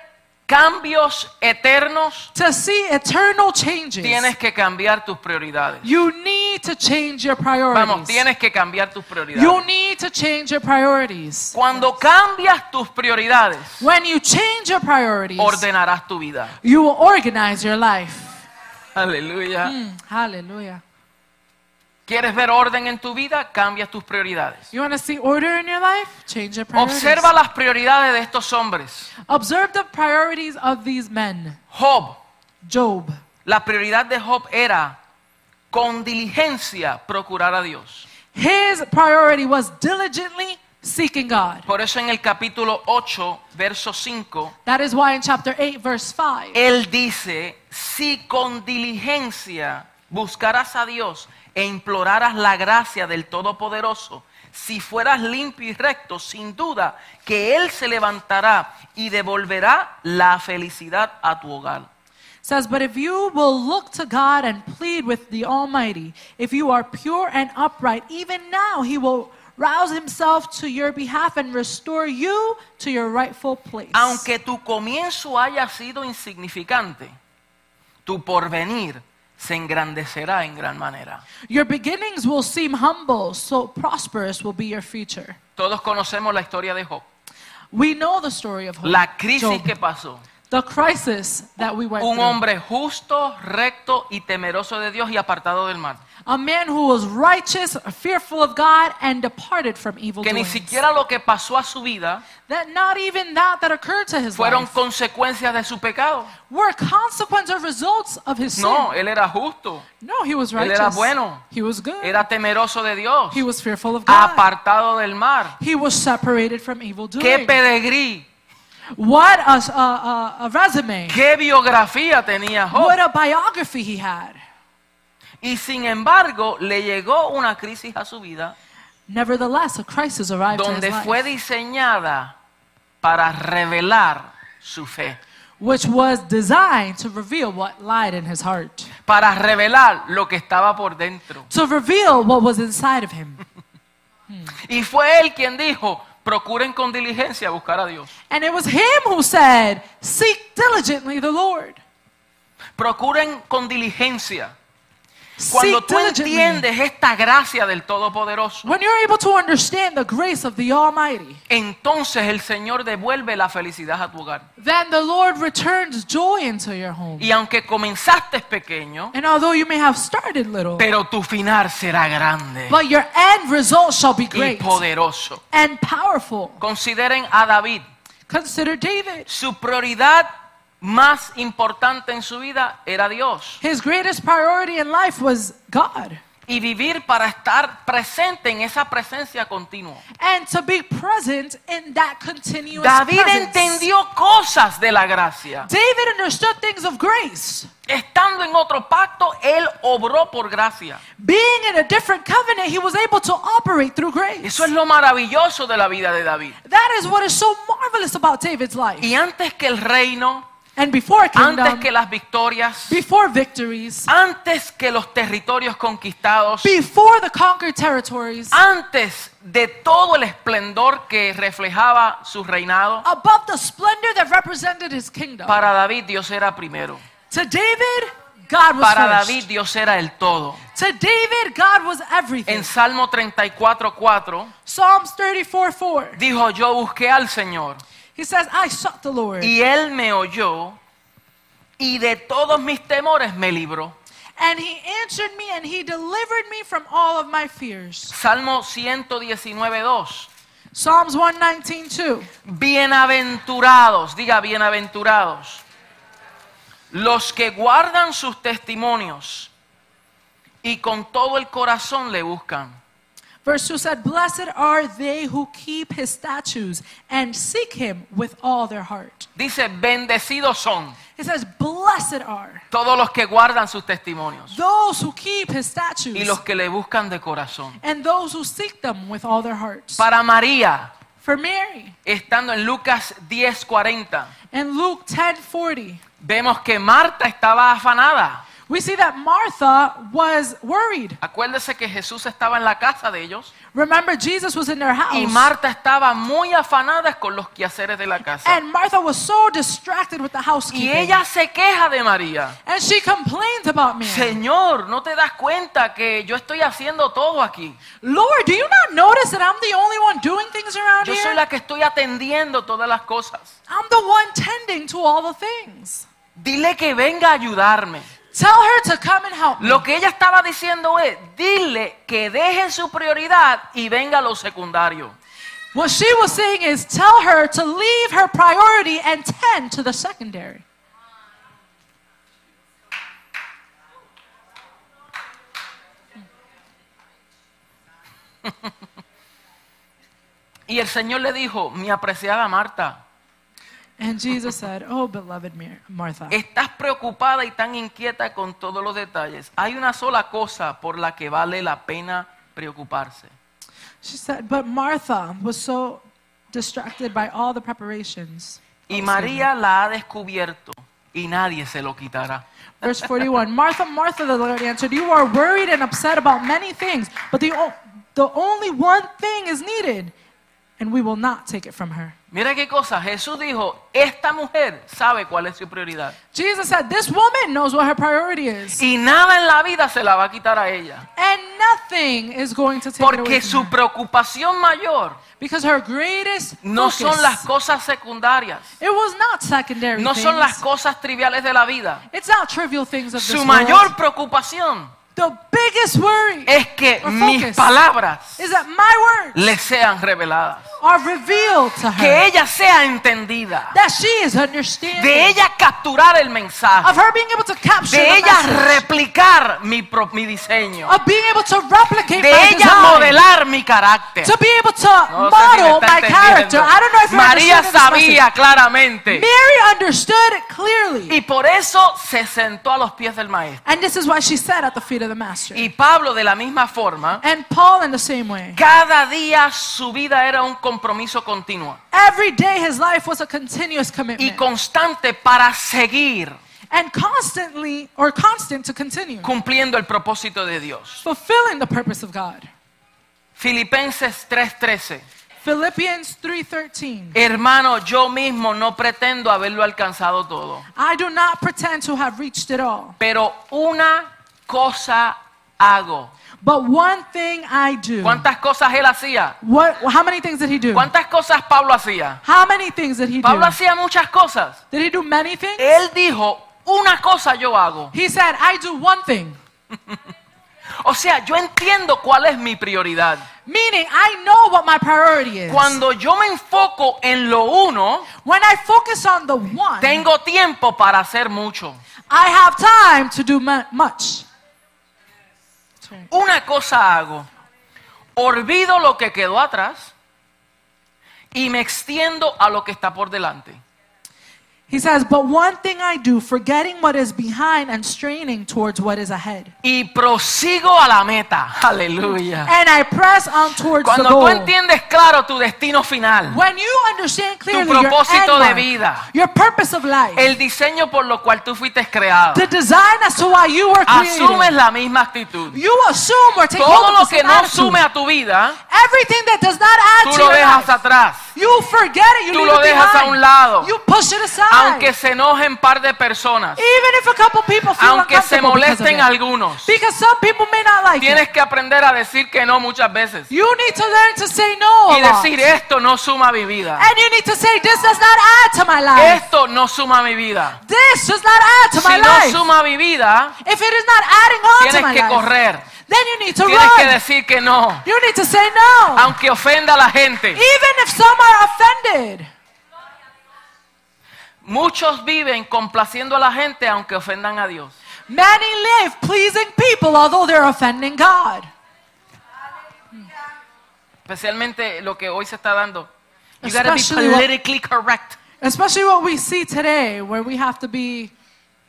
cambios eternos, to see eternal changes, tienes que cambiar tus prioridades. you need to change your priorities. Vamos, tienes que cambiar tus you prioridades. need to change your priorities. Cuando cambias tus prioridades, When you change your priorities, ordenarás tu vida. you will organize your life. Aleluya. Mm, Hmm. hallelujah. ¿Quieres ver orden en tu vida? Cambias tus prioridades. You want to see order in your life? Change your priorities. Observa las prioridades de estos hombres. Observe the priorities of these men. Job, Job. la prioridad de Job era con diligencia procurar a Dios. His priority was diligently seeking God. Por eso en el capítulo 8, verso 5, That is why in chapter 8, verse 5, él dice, si con diligencia buscaras a Dios e imploraras la gracia del Todopoderoso, si fueras limpio y recto, sin duda que Él se levantará y devolverá la felicidad a tu hogar. says, But if you will look to God and plead with the Almighty, if you are pure and upright, even now he will rouse himself to your behalf and restore you to your rightful place. Aunque tu comienzo haya sido insignificante, tu porvenir se engrandecerá en gran manera. Your beginnings will seem humble, so prosperous will be your future. Todos conocemos la historia de Job, We know the story of Job. la crisis Job. que pasó, the crisis that we went Un through. hombre justo, recto y temeroso de Dios y apartado del mal. A man who was righteous, fearful of God, and departed from evil Que ni doings. siquiera lo que pasó a su vida that not even that that occurred to his fueron life consecuencias de su pecado. were consequence or results of his No, sin. él era justo, No, he was Él righteous. era bueno. He was good. era temeroso de Dios, he was fearful of God. apartado del mar. He was separated from evil Qué doing. pedigrí, What a, s- a- a- a resume. qué biografía tenía Job. What a biography he had. Y sin embargo, le llegó una crisis a su vida Nevertheless, a crisis arrived to his donde life, fue diseñada para revelar su fe, which was designed to reveal what lied in his heart, para revelar lo que estaba por dentro. to reveal what was inside of [LAUGHS] him. Y fue él quien dijo, procuren con diligencia buscar a Dios. And it was him who said, Seek diligently the Lord. Procuren con diligencia. Cuando Seek tú diligently. entiendes esta gracia del Todopoderoso, When you're able to understand the grace of the Almighty, entonces el Señor devuelve la felicidad a tu hogar. then the Lord returns joy into your home. Y aunque comenzaste pequeño, And although you may have started little, pero tu final será grande but your end result shall be y great poderoso. and powerful. Consideren a David. Consider David. Su prioridad más importante en su vida era Dios. His greatest priority in life was God Y vivir para estar presente en esa presencia continua. and to be present in that continuous David presence. entendió cosas de la gracia. David understood things of grace. Estando en otro pacto, él obró por gracia. Being in a different covenant, he was able to operate through grace. Eso es lo maravilloso de la vida de David. That is what is so marvelous about David's life. Y antes que el reino, And before a antes kingdom, que las victorias, before victories, antes que los territorios conquistados, before the conquered territories, antes de todo el esplendor que reflejaba su reinado, above the splendor that represented his kingdom. para David Dios era primero. To David, God was Para first. David Dios era el todo. To David, God was everything. En Salmo 34:4 Psalms 34 4. dijo, "Yo busqué al Señor He says, I sought the Lord, y él me oyó y de todos mis temores me libró." and he answered me, and he delivered me from all of my fears. Salmo 119:2 Psalms 119 2. Bienaventurados, diga bienaventurados, los que guardan sus testimonios y con todo el corazón le buscan. Verse 2 said, Blessed are they who keep his statutes and seek him with all their heart. Dice, bendecidos son He says, Blessed are todos los que guardan sus testimonios those who keep his statutes y los que le buscan de corazón. and those who seek them with all their hearts. Para María, For Mary, estando en Lucas 10:40, in Luke 10 40, vemos que Marta estaba afanada. we see that Martha was worried. Acuérdese que Jesús estaba en la casa de ellos Remember, Jesus was in their house. y Marta estaba muy afanada con los quehaceres de la casa. And Martha was so distracted with the Y housekeeping. ella se queja de María. and she complained about me. Señor, ¿no te das cuenta que yo estoy haciendo todo aquí? Lord, do you not notice that I'm the only one doing things around Yo here? soy la que estoy atendiendo todas las cosas. I'm the one tending to all the things. Dile que venga a ayudarme. Tell her to come and help me. Lo que ella estaba diciendo es, dile que deje su prioridad y venga a lo secundario. What she was saying is tell her to leave her priority and tend to the secondary. Y el Señor le dijo, mi apreciada Marta, And Jesus said, Oh, beloved Mar- Martha, estás preocupada y tan inquieta con todos los detalles. Hay una sola cosa por la que vale la pena preocuparse. she said, but Martha was so distracted by all the preparations. Y María la ha descubierto y nadie se lo quitará. Verse 41 Martha, Martha, the Lord answered, You are worried and upset about many things, but the, o- the only one thing is needed, and we will not take it from her. Mira qué cosa, Jesús dijo, esta mujer sabe cuál es su prioridad. Jesus said, This woman knows what her priority is. Y nada en la vida se la va a quitar a ella. And nothing is going to take it away Porque from su her. preocupación mayor Because her greatest no focus, son las cosas secundarias, it was not secondary no son las things. cosas triviales de la vida. It's not trivial things of this Su world. mayor preocupación The biggest worry es que Or mis focus. palabras is that my words le sean reveladas, are revealed to her. que ella sea entendida, that she is understanding de ella capturar el mensaje, of her being able to capture de the ella message, replicar mi, pro- mi diseño, of being able to replicate my de ella design, modelar mi carácter. to be able to No sé si me model está my character. entendiendo. I don't know if you're María understanding this sabía claramente. message. Mary understood it clearly. Y por eso se sentó a los pies del maestro. And this is why she sat at the feet of the master. Y Pablo de la misma forma, And Paul in the same way. cada día su vida era un compromiso continuo Every day his life was a continuous y commitment. constante para seguir and constantly, or constant to continue, cumpliendo el propósito de Dios. fulfilling the purpose of God. Filipenses 3:13. Philippians 3.13. Hermano, yo mismo no pretendo haberlo alcanzado todo, I do not pretend to have reached it all. pero una cosa hago. But one thing I do. ¿Cuántas cosas él hacía? What, how many things did he do? ¿Cuántas cosas Pablo hacía? How many things did he do? Pablo hacía muchas cosas. Did he do many things? Él dijo, una cosa yo hago. He said, I do one thing. O sea, yo entiendo cuál es mi prioridad. Meaning, I know what my priority is. Cuando yo me enfoco en lo uno, when I focus on the one, tengo tiempo para hacer mucho. I have time to do mu- much. Una cosa hago, olvido lo que quedó atrás y me extiendo a lo que está por delante. He says, But one thing I do, forgetting what is behind and straining towards what is ahead. Y prosigo a la meta. Aleluya. And I press on towards the Cuando tú goal. entiendes claro tu destino final, when you understand clearly your, propósito end de mark, vida. your purpose of life, el diseño por lo cual tú fuiste creado, the design as to why you were created, asumes la misma actitud. You assume or take Todo hold lo of the que same no asume attitude. a tu vida, Everything that does not add tú to lo your dejas life, atrás. you forget it. You Tú leave lo it dejas a behind. un lado. You push it aside. Aunque se enojen par de personas, Even if a couple people feel aunque se uncomfortable because of molesten it. algunos, Because some people may not like tienes it. que aprender a decir que no muchas veces You need to learn to say no a y lot. decir esto no suma a mi vida, And you need to say this does not add to my life. esto no suma a mi vida. This does not add to my Si no life. suma a mi vida, If it is not adding on to tienes my que life, correr, then you need to tienes que run. decir que no, You need to say no. aunque ofenda a la gente. Even if some are offended. Muchos viven complaciendo a la gente aunque ofendan a Dios. Many live pleasing people, although they're offending God. Especialmente lo que hoy se está dando. You gotta be Especially what- politically correct. Especially what we see today, where we have to be,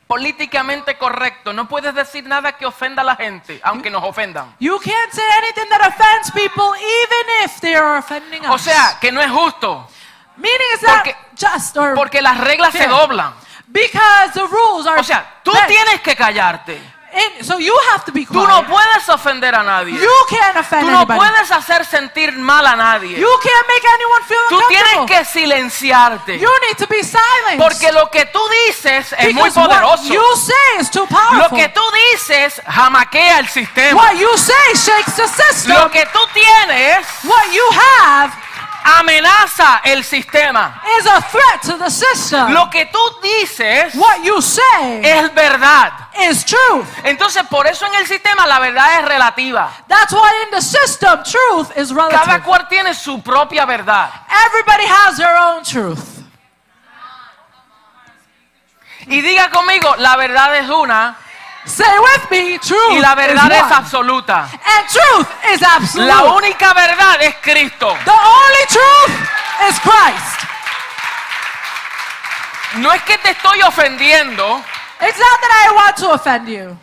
políticamente correcto. No puedes decir nada que ofenda a la gente, aunque nos ofendan. you can't say anything that offends people, even if they are offending O us. sea, que no es justo, meaning it's not porque- just or porque las reglas se Fair. doblan. because the rules are. O sea, tú bent. tienes que callarte. And so you have to be Tú no quiet. puedes ofender a nadie. you can't offend Tú no anybody. puedes hacer sentir mal a nadie. You can't make anyone feel Tú tienes uncomfortable. que silenciarte. you need to be silent. Porque lo que tú dices es muy because what poderoso. you say is too Lo powerful. que tú dices jamaquea el sistema. what you say shakes the system. Lo que tú tienes What you have amenaza el sistema. is a threat to the system. Lo que tú dices what you say es verdad. is truth. Entonces, por eso en el sistema la verdad es relativa. That's why in the system, truth is Cada relative. cual tiene su propia verdad. Everybody has their own truth. Y diga conmigo, la verdad es una Say with me, truth y la verdad is es one. absoluta. and truth is absolute. La única verdad es Cristo. the only truth is Christ. No es que te estoy ofendiendo, It's not that I want to offend you.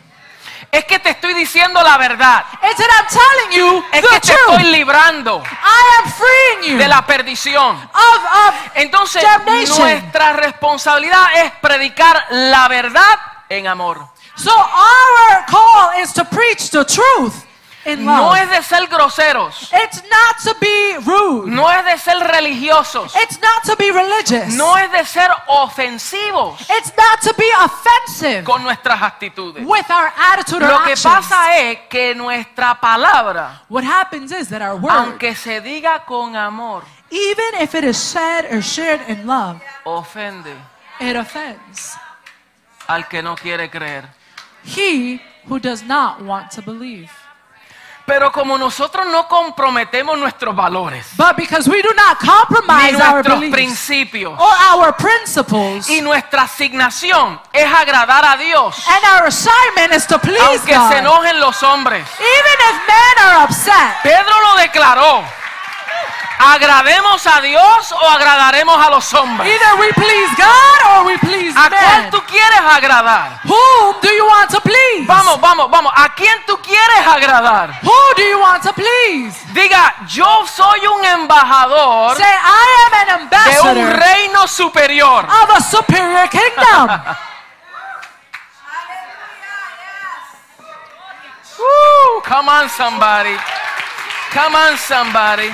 es que te estoy diciendo la verdad. It's that I'm telling you Es the que te estoy truth. librando I am freeing you de la perdición. of, of Entonces, Damnation. nuestra responsabilidad es predicar la verdad en amor. So our call is to preach the truth in No love. es de ser groseros. It's not to be rude. No es de ser religiosos. It's not to be religious. No es de ser ofensivos It's not to be offensive con nuestras actitudes. with our attitude or Lo que actions. pasa es que nuestra palabra, what happens is that our word, aunque se diga con amor, even if it is said or shared in love, ofende it offends al que no quiere creer. he who does not want to believe. Pero como nosotros no comprometemos nuestros valores, But because we do not ni compromise our nuestros beliefs principios, or our principles, y nuestra asignación es agradar a Dios, and our assignment is to please aunque se God, enojen los hombres. even if men are upset, Pedro lo declaró. ¿Agrademos a Dios o agradaremos a los hombres? either we please God or we please ¿A cuál men. tú quieres agradar? Whom do you want to please? Vamos, vamos, vamos. ¿A quién tú quieres agradar? Who do you want to please? Diga, yo soy un embajador Say, I am an de un ambassador reino superior. of a superior [LAUGHS] kingdom. Woo, come on somebody. Come on somebody.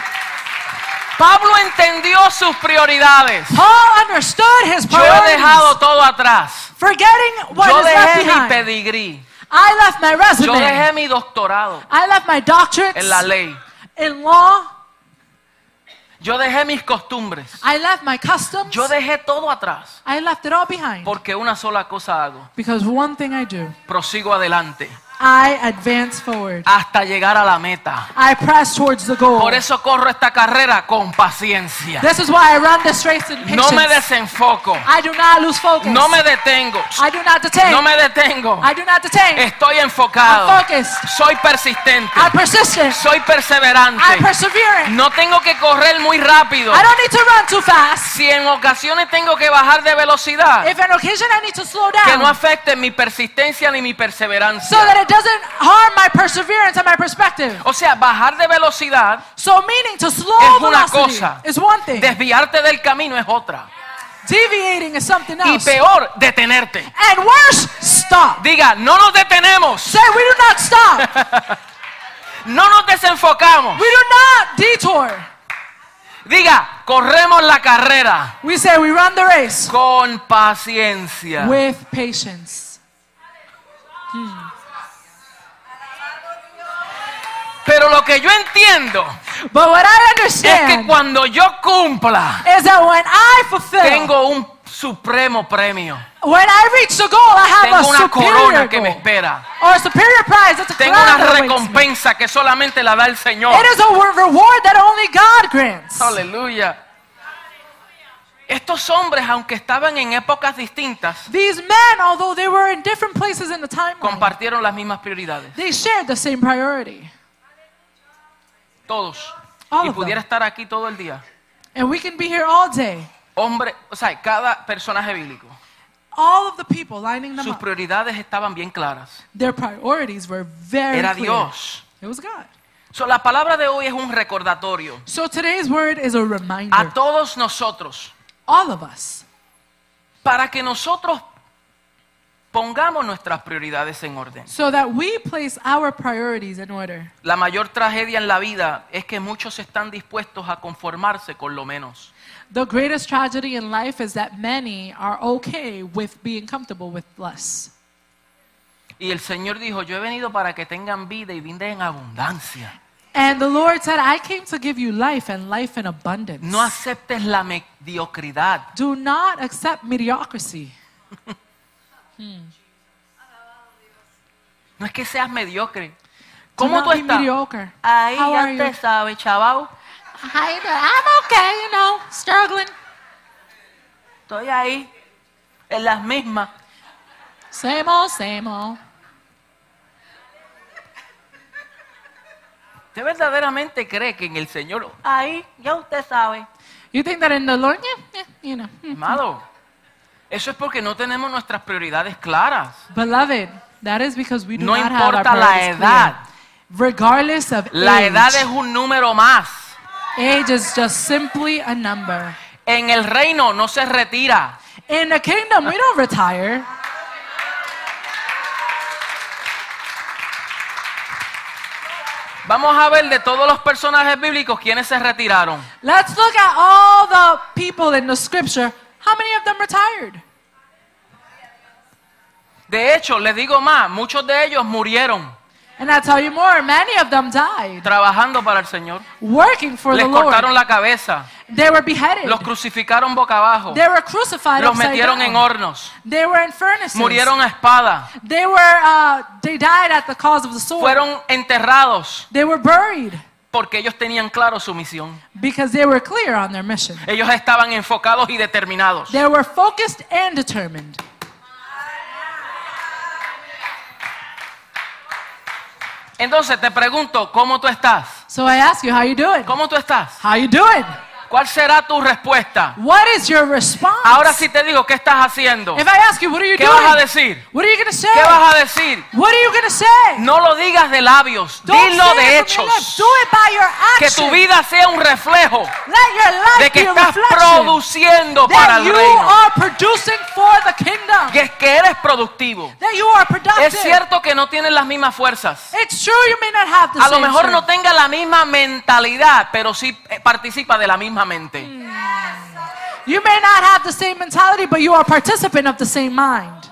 Pablo entendió sus prioridades. Paul understood his Yo he dejado priorities. todo atrás. Forgetting what Yo is left dejé mi behind. pedigrí. I left my Yo resume. dejé mi doctorado I left my en la doctorates ley. in law. Yo dejé mis costumbres. I left my customs. Yo dejé todo atrás. I left it all behind. Porque una sola cosa hago. Because one thing I do, Prosigo adelante I advance forward. hasta llegar a la meta. I press towards the goal. Por eso corro esta carrera con paciencia. This is why I run this race in No me patience. desenfoco. I do not lose focus. No me detengo. I do not detain. No me detengo. I do not detain. Estoy I'm enfocado. focused. Soy persistente. I'm persistent. Soy perseverante. I'm perseverant. No tengo que correr muy rápido. I don't need to run too fast. Si en ocasiones tengo que bajar de velocidad, If an occasion I need to slow que no down afecte mi persistencia ni mi so perseverancia. that it doesn't harm my perseverance and my perspective. O sea, bajar de velocidad, So meaning to slow Es una velocity cosa. is one thing. desviarte del camino es otra. Deviating is something Y else. peor, detenerte. And worse, stop. Diga, no nos detenemos, Say we do [LAUGHS] not stop. no nos desenfocamos. we do not detour. Diga, corremos la carrera We say we run the race con paciencia. with patience. Pero lo que yo entiendo But what I es que understand cuando yo cumpla, is that when I fulfill, tengo un supremo premio. when I reach the goal, I have Tengo a una corona superior que me goal espera. or a superior prize. It's a Tengo crown una that awaits me. recompensa que solamente la da el Señor. It is a wa- reward that only God grants. Aleluya. Estos hombres, aunque estaban en épocas distintas, These men, although they were in different places in the timeline, compartieron las mismas prioridades. they shared the same priority. Todos. All Y of them. pudiera estar aquí todo el día. And we can be here all day. Hombre, o sea, cada personaje bíblico. All of the people lining them Sus up, prioridades estaban bien claras. their priorities were very Era clear. Dios. It was God. So, la palabra de hoy es un recordatorio So today's word is a reminder. a todos nosotros all of us. para que nosotros pongamos nuestras prioridades en orden. So that we place our priorities in order. La mayor tragedia en la vida es que muchos están dispuestos a conformarse con lo menos. The greatest tragedy in life is that many are okay with being comfortable with less. Y el Señor dijo, yo he venido para que tengan vida y vida en abundancia. And the Lord said, I came to give you life and life in abundance. No aceptes la mediocridad. Do not accept mediocrity. No es que seas mediocre. Do ¿Cómo not tú be estás? mediocre. Ahí How ya are you? te sabe, chaval. How you doing? I'm okay, you know, struggling. Estoy ahí, en las mismas. Same old, same old. ¿Usted verdaderamente cree que en el Señor, ahí ya usted sabe? You think that in the Lord, yeah, yeah, you know. hmm. Amado, eso es porque no tenemos nuestras prioridades claras. Beloved, that is because we do No not have our importa la priorities clear. edad. Regardless of La age, edad es un número más. age is just simply a number. En el reino no se retira. In the kingdom, we don't retire. Vamos a ver de todos los personajes bíblicos quiénes se retiraron. Let's look at all the people in the scripture. How many of them retired? De hecho, les digo más, muchos de ellos murieron And I tell you more, many of them died trabajando para el Señor. working for Les the Lord. cortaron la cabeza, They were beheaded. los crucificaron boca abajo, They were crucified los upside metieron en down. hornos, They were in furnaces. murieron a espada, They were uh, they died at the cause of the sword. fueron enterrados They were buried porque ellos tenían claro su misión. because they were clear on their mission. Ellos estaban enfocados y determinados. They were focused and determined. Entonces te pregunto, ¿cómo tú estás? So I ask you, how you doing? ¿Cómo tú estás? How you doing? ¿Cuál será tu respuesta? What is your response? Ahora si te digo, ¿qué estás haciendo? If I ask you, what are you ¿Qué doing? vas a decir? What are you gonna say? ¿Qué vas a decir? What are you gonna say? No lo digas de labios, Don't dilo say de it from your lips. hechos. Do it by your Que actions. tu vida sea un reflejo Let your life de que be a estás reflection produciendo para that el you reino. are producing for the kingdom. Que es que eres productivo. That you are productive. Es cierto que no tienes las mismas fuerzas. It's true you may not have the A lo same mejor no strength. tenga la misma mentalidad, pero sí eh, participa de la misma Mm. mente. You may not have the same mentality, but you are participant of the same mind.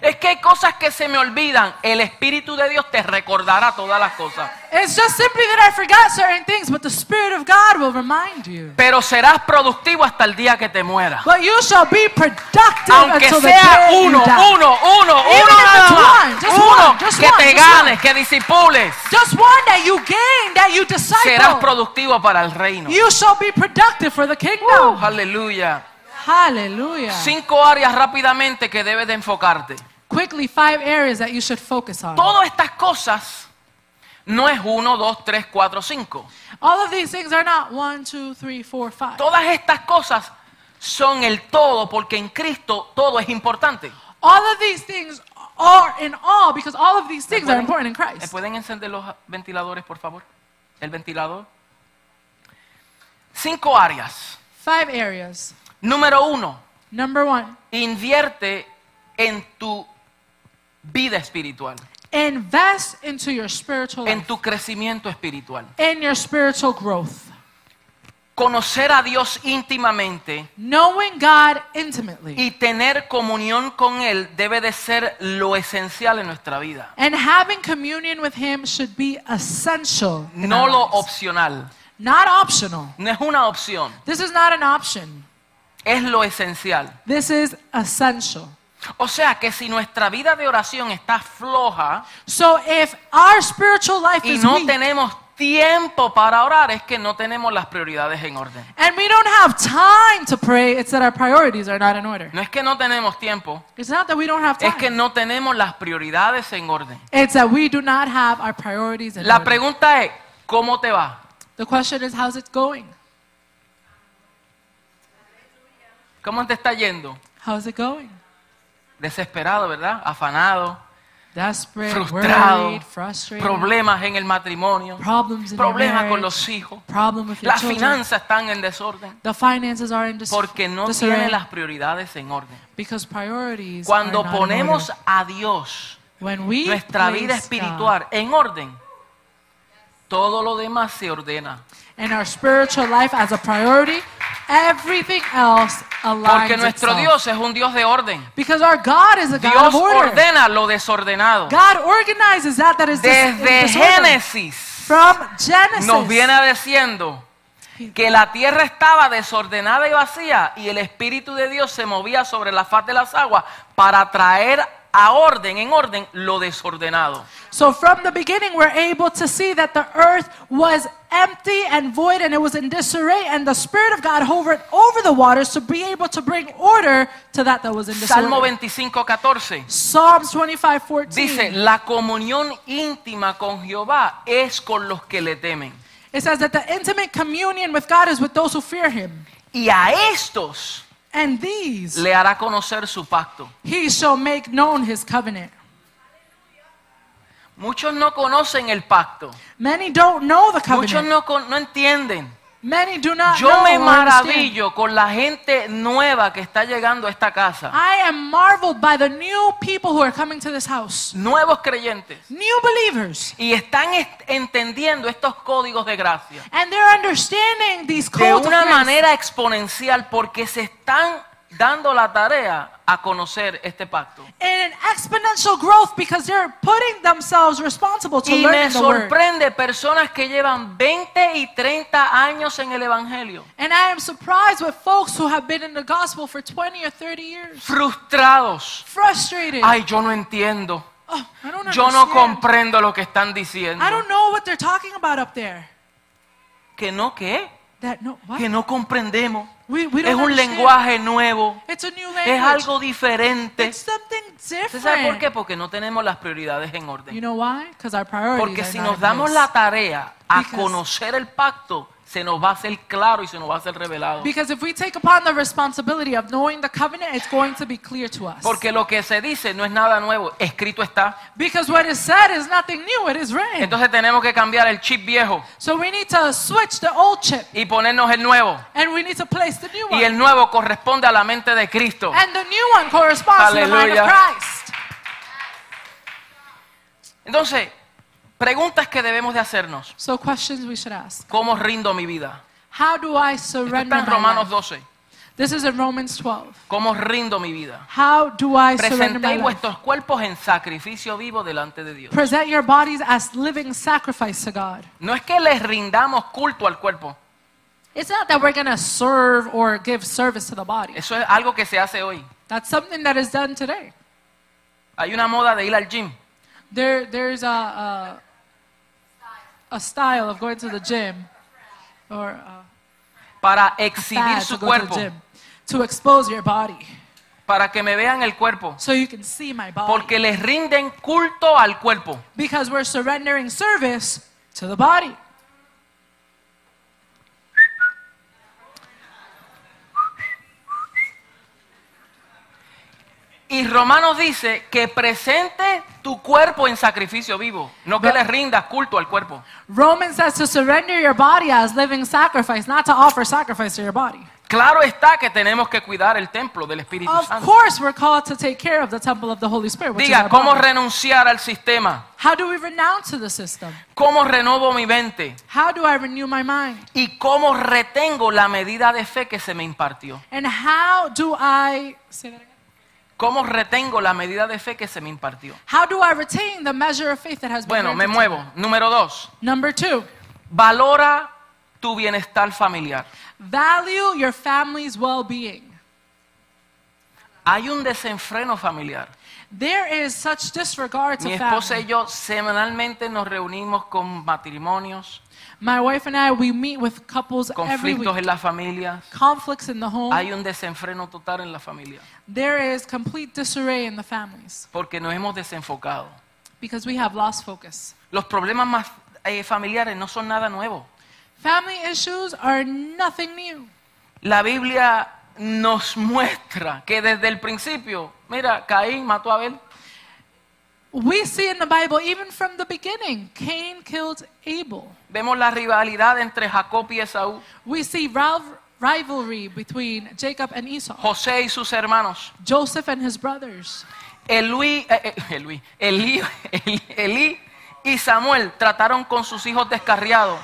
Es que hay cosas que se me olvidan. El Espíritu de Dios te recordará todas las cosas. It's just simply that I forgot certain things, but the Spirit of God will remind you. Pero serás productivo hasta el día que te mueras. But you shall be productive Aunque until the sea day you uno, die. uno, uno, Even uno if nada it's más. one, just Uno one, just que one, te just one. ganes, que disipules. Just one that you gain, that you Serás disciple. productivo para el reino. You shall be productive for the Uh, kingdom. Aleluya. Hallelujah. Cinco áreas rápidamente que debes de enfocarte. Quickly, five areas that you should focus on. Todas estas cosas no es uno, dos, tres, cuatro, cinco. All of these things are not one, two, three, four, five. Todas estas cosas son el todo porque en Cristo todo es importante. All of these things are in all because all of these things are pueden- important in ¿Me Christ. pueden encender los ventiladores, por favor? El ventilador. Cinco áreas. Five areas. Número uno, Number one, invierte en tu vida espiritual, invest into your spiritual en life, tu crecimiento espiritual. in your spiritual growth, Conocer a Dios íntimamente knowing God intimately. Y tener comunión con Él debe de ser lo esencial en nuestra vida, And having communion with Him should be essential, in no our lo lives. opcional. not optional. No es una opción, This is not an option. es lo esencial. This is essential. O sea que si nuestra vida de oración está floja So if our spiritual life y is no weak, tenemos tiempo para orar, es que no tenemos las prioridades en orden. And we don't have time to pray. It's that our priorities are not in order. No es que no tenemos tiempo, It's not that we don't have time. es que no tenemos las prioridades en orden. It's that we do not have our priorities in La order. pregunta es, ¿cómo te va? The question is, how's it going? ¿Cómo te está yendo? How's it going? Desesperado, ¿verdad? Afanado, Desperate, frustrado, worried, frustrated, problemas en el matrimonio. problems in your problemas con marriage, los hijos, problem with your las children. finanzas están en desorden The finances are in dis- porque no tiene disarray las prioridades en orden. because priorities Cuando are not in ponemos order. a Dios, when we nuestra vida place God espiritual en orden, todo lo demás se ordena. and our spiritual life as a priority, everything else aligns Porque nuestro itself. Dios es un Dios de orden. Because our God is a God Dios of order. ordena lo desordenado. God organizes that that is dis- in Desde disorder. Génesis From Genesis, nos viene diciendo que la tierra estaba desordenada y vacía y el Espíritu de Dios se movía sobre la faz de las aguas para traer a orden, en orden, lo desordenado. so from the beginning, we're able to see that the earth was empty and void, and it was in disarray, and the Spirit of God hovered over the waters to be able to bring order to that that was in disorder. Salmo 25, 14. Psalms 25, 14 Dice, la comunión íntima con Jehová es con los que le temen. it says that the intimate communion with God is with those who fear Him, Y a estos and these le hará conocer su pacto. He shall make known His covenant. Muchos no conocen el pacto. Many don't know the Muchos covenant. no, con- no entienden. Many do not know Yo me or understand. maravillo con la gente nueva que está llegando a esta casa. I am marveled by the new people who are coming to this house. Nuevos creyentes. New believers. Y están est- entendiendo estos códigos de gracia And they're understanding these de codes. una manera exponencial porque se están dando la tarea a conocer este pacto. in an exponential growth because they're putting themselves responsible to Y me learning the word. sorprende personas que llevan 20 y 30 años en el Evangelio, And I am surprised with folks who have been in the gospel for 20 or 30 years. frustrados. Frustrated. Ay, yo no entiendo. oh, I don't Yo no understand. comprendo lo que están diciendo. I don't know what they're talking about up there. Que no, ¿qué? That no, what? Que no comprendemos. we, we Es don't un understand. lenguaje nuevo. It's a new language. Es algo diferente. It's something ¿Usted different. sabe por qué? Porque no tenemos las prioridades en You orden. know why? Because our priorities Porque are si not nos in damos place. la tarea a Because- conocer el pacto, se nos va a hacer claro y se nos va a hacer revelado. Because if we take upon the responsibility of knowing the covenant, it's going to be clear to us. Porque lo que se dice no es nada nuevo, escrito está. because what is said is nothing new, it is written. Entonces tenemos que cambiar el chip viejo so we need to switch the old chip y ponernos el nuevo. and we need to place the new one. Y el nuevo corresponde a la mente de Cristo. and the new one corresponds to the mind of Hallelujah. Christ. Entonces, preguntas que debemos de hacernos. So questions we should ask. ¿Cómo rindo mi vida? How do I Esto está surrender en my Romanos life? 12. This is in Romans 12. ¿Cómo rindo mi vida? How do I surrender my Presentéis life? vuestros cuerpos en sacrificio vivo delante de Dios. Present your bodies as living sacrifice to God. No es que les rindamos culto al cuerpo. It's not that we're going to serve or give service to the body. Eso es algo que se hace hoy. That's something that is done today. Hay una moda de ir al gym. There, there's a, a, a style of going to the gym or a para fad exhibir to su go to cuerpo, the gym to expose your body para que me vean el cuerpo, so you can see my body. porque les rinden culto al cuerpo. because we're surrendering service to the body. Y Romanos dice que presente tu cuerpo en sacrificio vivo, no que But- les rindas culto al cuerpo. Romans says to surrender your body as living sacrifice, not to offer sacrifice to your body. Claro está que tenemos que cuidar el templo del Espíritu Of Santo. course, we're called to take care of the temple of the Holy Spirit. Which is Diga, our ¿cómo body. renunciar al sistema? How do we renounce to the system? ¿Cómo renovo mi mente? How do I renew my mind? ¿Y cómo retengo la medida de fe que se me impartió? And how do I say that again? ¿Cómo retengo la medida de fe que se me impartió? How do I retain the measure of faith that has been Bueno, me granted to muevo. Número dos. me? Number two, Valora tu bienestar familiar. value your family's well-being. Hay un desenfreno familiar. There is such disregard Mi to esposa y family. yo semanalmente nos reunimos con matrimonios, My wife and I, we meet with couples every conflictos week. Oh. en las familias. Conflicts in the home. Hay un desenfreno total en la familia There is complete disarray in the families porque nos hemos desenfocado. because we have lost focus. Los problemas más eh, familiares no son nada nuevo. Family issues are nothing new. La Biblia nos muestra que desde el principio, mira, Caín mató a Abel. We see in the Bible, even from the beginning, Cain killed Abel. Vemos la rivalidad entre Jacob y Esaú, We see rival- rivalry between Jacob and Esau, José y sus hermanos. Joseph and his brothers. Elí, eh, [LAUGHS] eh, Elí, Elí, Elí- Elí y Samuel trataron con sus hijos descarriados.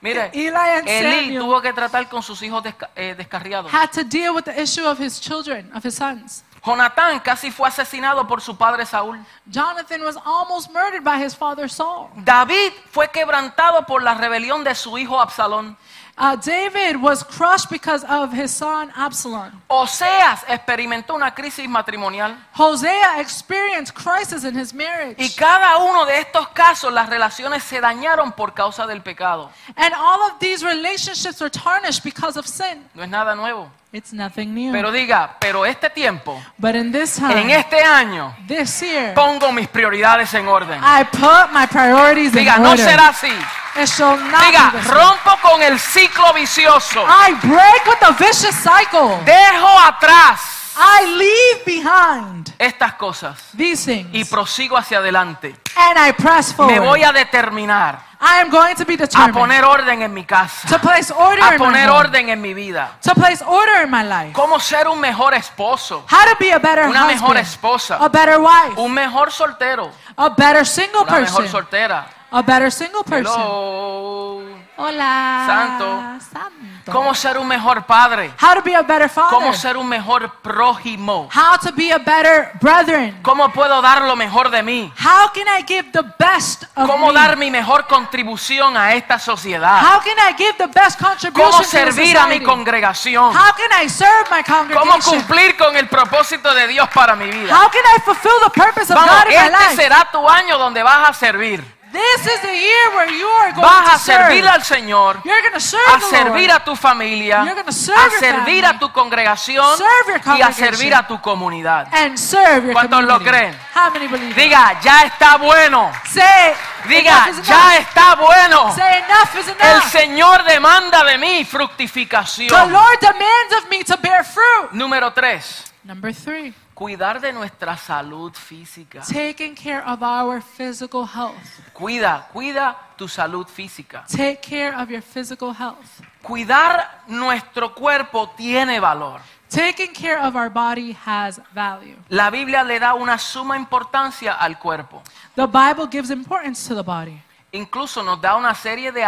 Mire, Eli and Elí Samuel. tuvo que tratar con sus hijos desca- eh, descarriados. Had to deal with the issue of his children, of his sons. Jonatán casi fue asesinado por su padre Saúl. Jonathan was almost murdered by his father Saul. David fue quebrantado por la rebelión de su hijo Absalón. Uh, David was crushed because of his son Absalom. Oseas experimentó una crisis matrimonial. Hosea experienced crisis in his marriage. Y cada uno de estos casos, las relaciones se dañaron por causa del pecado. and all of these relationships were tarnished because of sin. No es nada nuevo. It's nothing new. Pero diga, pero este tiempo, but in this en time, este año, this year, pongo mis prioridades en orden. I put my priorities Diga, in no order. será así. It shall not Diga, be this way. rompo con el ciclo vicioso. I break with the vicious cycle. Dejo atrás I leave behind estas cosas these y things prosigo hacia adelante. and I press Me voy forward. a determinar I am going to be a determined poner orden en mi casa, to place order a in my poner home, orden en mi vida. to place order in my life, Cómo ser un mejor esposo, how to be a better una mejor husband, a esposa, better wife, un mejor soltero, a better single una mejor person, soltera. a better single person. Hello. Hola. Santo. Santo. Cómo ser un mejor padre, How to be a better cómo father. ser un mejor prójimo, How to be a better brethren. cómo puedo dar lo mejor de mí. How can I give the best of cómo me? dar mi mejor contribución a esta sociedad, How can I give the best contribution cómo to the servir a mi society? congregación, How can I serve my cómo congregation? cumplir con el propósito de Dios para mi vida. How can I fulfill the purpose of Vamos, God in my este life? será tu año donde vas a servir. This is the year where you are going Vas a to serve. servir al Señor, You're going to serve a the servir Lord. a tu familia, You're gonna serve a your servir family. a tu congregación Serve your y a congregation. servir a tu comunidad. and serve your ¿Cuántos lo community. creen? How many believe? it? Diga, ya está bueno. Say, Diga, enough is ya enough. está bueno. Say, enough is El enough. Señor demanda de mí The fructificación. Lord demands of me to bear fruit. Número tres. Number three, Cuidar de nuestra salud física. taking care of our physical health. Cuida, cuida tu salud física. Take care of your physical health. Cuidar nuestro cuerpo tiene valor. Taking care of our body has value. La Biblia le da una suma importancia al cuerpo. The Bible gives importance to the body. Incluso nos da una serie de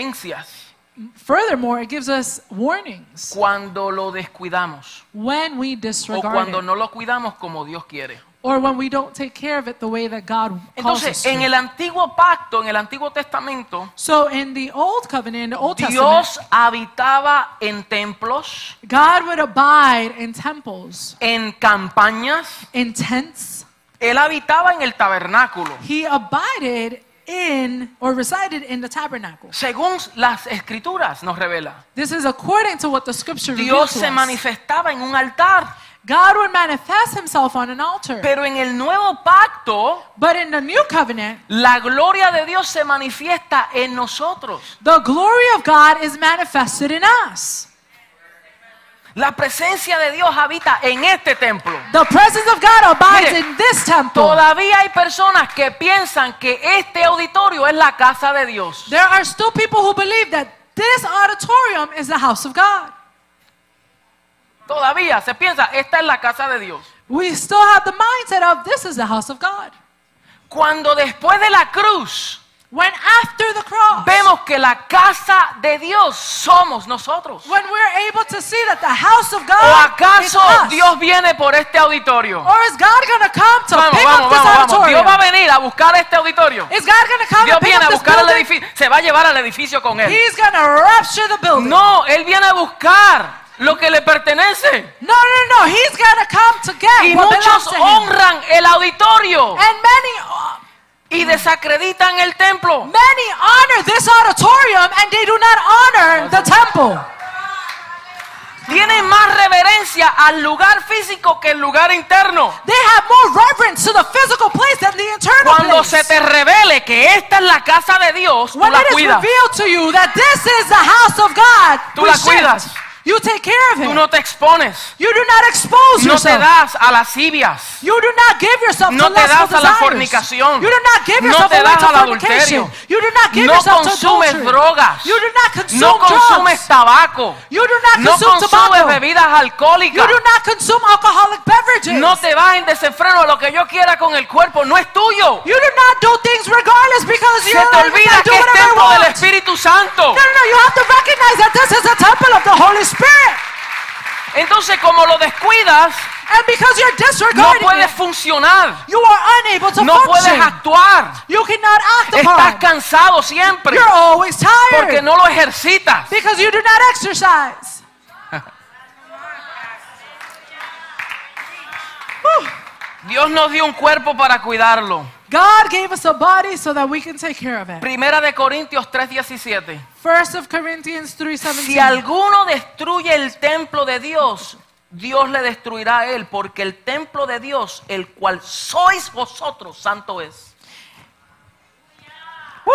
advertencias Furthermore, it gives us warnings cuando lo descuidamos when we o disregard cuando it no lo cuidamos como Dios quiere. or when we don't take care of it the way that God calls us Entonces, en to. el antiguo pacto, en el antiguo testamento, So in the Old Covenant, in the Old Testament, Dios habitaba en templos, God would abide in temples, en campañas, in tents. Él habitaba en el tabernáculo. He abided in or resided in the tabernacle. Según las escrituras nos revela, This is according to what the scripture Dios reveals se to us. manifestaba en un altar, God would manifest himself on an altar. pero en el nuevo pacto But in the new covenant, la gloria de Dios se manifiesta en nosotros. the glory of God is manifested in us. La presencia de Dios habita en este templo. The presence of God abides Mire, in this temple. Todavía hay personas que piensan que este auditorio es la casa de Dios. There are still people who believe that this auditorium is the house of God. Todavía se piensa, esta es la casa de Dios. We still have the mindset of this is the house of God. Cuando después de la cruz When after the cross, vemos que la casa de Dios somos nosotros. when we're able to see that the house of ¿O God is acaso us, Oh, Dios viene por este auditorio? or is God going to come to Vamos, pick vamos, up this vamos, vamos. Dios auditorium? va a venir a buscar este auditorio. Is God going to come Dios and pick viene a up this buscar al building? edificio. Se va a llevar al edificio con él. He's going to rapture the building. No, él viene a buscar lo que le pertenece. No, no, no. He's going to come to get Y what belongs muchos to him. honran el auditorio And many, uh, y desacreditan el templo. many honor this auditorium and they do not honor the temple. Tienen más reverencia al lugar físico que el lugar interno. They have more reverence to the physical place than the internal Cuando se place. te revele que esta es la casa de Dios, tú when la it is cuidas. revealed to you that this is the house of God, Tú we la shift. cuidas. You take care of Tú him. no te expones. you do not expose No te yourself. das a lascivias. You do not give yourself No to te lustful das a la desires. fornicación. You do not give No yourself te away das to al fornication. adulterio. You do not give No yourself to consumes adultery. drogas. You do not consume No consumes drugs. tabaco. You do not No consume consumes tobacco. bebidas You alcohólicas. do not consume alcoholic beverages. No te vas en desenfreno. Lo que yo quiera con el cuerpo no es tuyo. You do not do things regardless because Se you're te like, olvida I do que es whatever I templo del want. Espíritu Santo. No, no, no. You have to recognize that this is a temple of the Holy Spirit. Entonces, como lo descuidas, And because you're no disregarding puedes it, funcionar. you are unable to No function. puedes actuar. You cannot act Estás upon. cansado siempre You're always porque tired no lo ejercitas. because you do not exercise. Dios nos dio un cuerpo para cuidarlo. God gave us a body so that we can take care of it. Primera de Corintios 3:17. First of Corinthians Si 3:17. alguno destruye el templo de Dios, Dios le destruirá a él, porque el templo de Dios, el cual sois vosotros, santo es. Uh.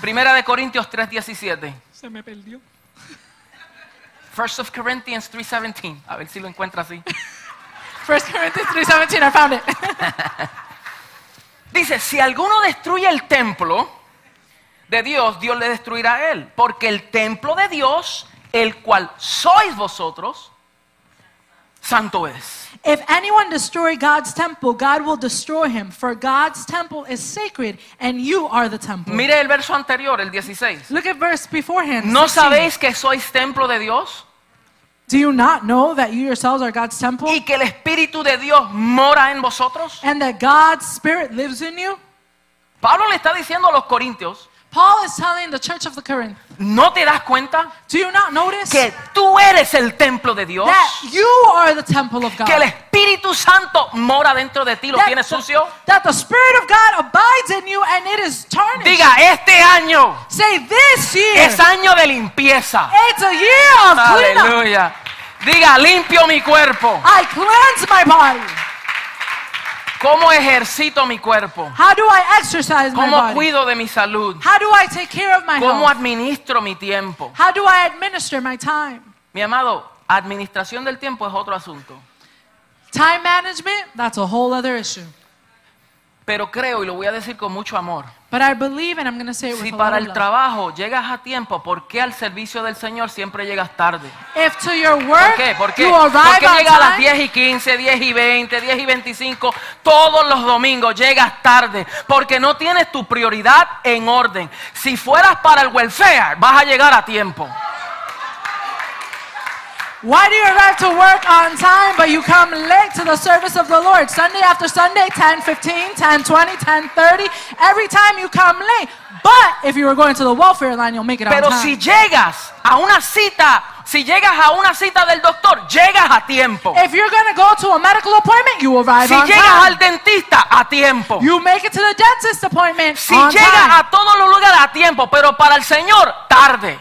Primera de Corintios 3:17. Se me perdió. First of Corinthians 3:17. A ver si lo encuentra así. 1 Corinthians 3.17, I [LAUGHS] found it. Dice, si alguno destruye el templo de Dios, Dios le destruirá a él. Porque el templo de Dios, el cual sois vosotros, santo es. If anyone destroy God's temple, God will destroy him, for God's temple is sacred, and you are the temple. Mire el verso anterior, el 16. Look at verse beforehand. ¿No 16. sabéis que sois templo de Dios Do you not know that you yourselves are God's temple, y que el Espíritu de Dios mora en vosotros? and that God's Spirit lives in you? Pablo le está diciendo a los corintios, Paul is telling the church of the Corinth, ¿no te das cuenta do you not notice que tú eres el templo de Dios? that you are the temple of God? Que el Espíritu Santo mora dentro de ti, lo that, tienes the- sucio. that the Spirit of God abides in you and it is tarnished. Diga, este año Say this year, es año de limpieza. it's a year of cleanup. Aleluya. Diga, limpio mi cuerpo. I cleanse my body. ¿Cómo ejercito mi cuerpo? How do I exercise my ¿Cómo body? cuido de mi salud? How do I take care of my ¿Cómo health? administro mi tiempo? How do I administer my time? Mi amado, administración del tiempo es otro asunto. Time management, that's a whole other issue. Pero creo, y lo voy a decir con mucho amor, But I believe, and I'm going to say it with si a para lot of el love. trabajo llegas a tiempo, ¿por qué al servicio del Señor siempre llegas tarde? If to your ¿Por work qué? ¿Por qué? you ¿Por arrive qué on llegas a las time, 10 y 15, 10 y 20, 10 y 25, todos los domingos llegas tarde? Porque no tienes tu prioridad en orden. Si fueras para el welfare, vas a llegar a tiempo. why do you arrive to work on time but you come late to the service of the Lord? Sunday after Sunday, 10, 15, 10, 20, 10, 30. Every time you come late. But if you were going to the welfare line, you'll make it on Pero time. si llegas a una cita, si llegas a una cita del doctor, llegas a tiempo. if you're going to go to a medical appointment, you arrive Si on llegas time. al dentista, a tiempo. You make it to the dentist appointment Si on llegas time. a todos los lugares, a tiempo. Pero para el Señor, tarde.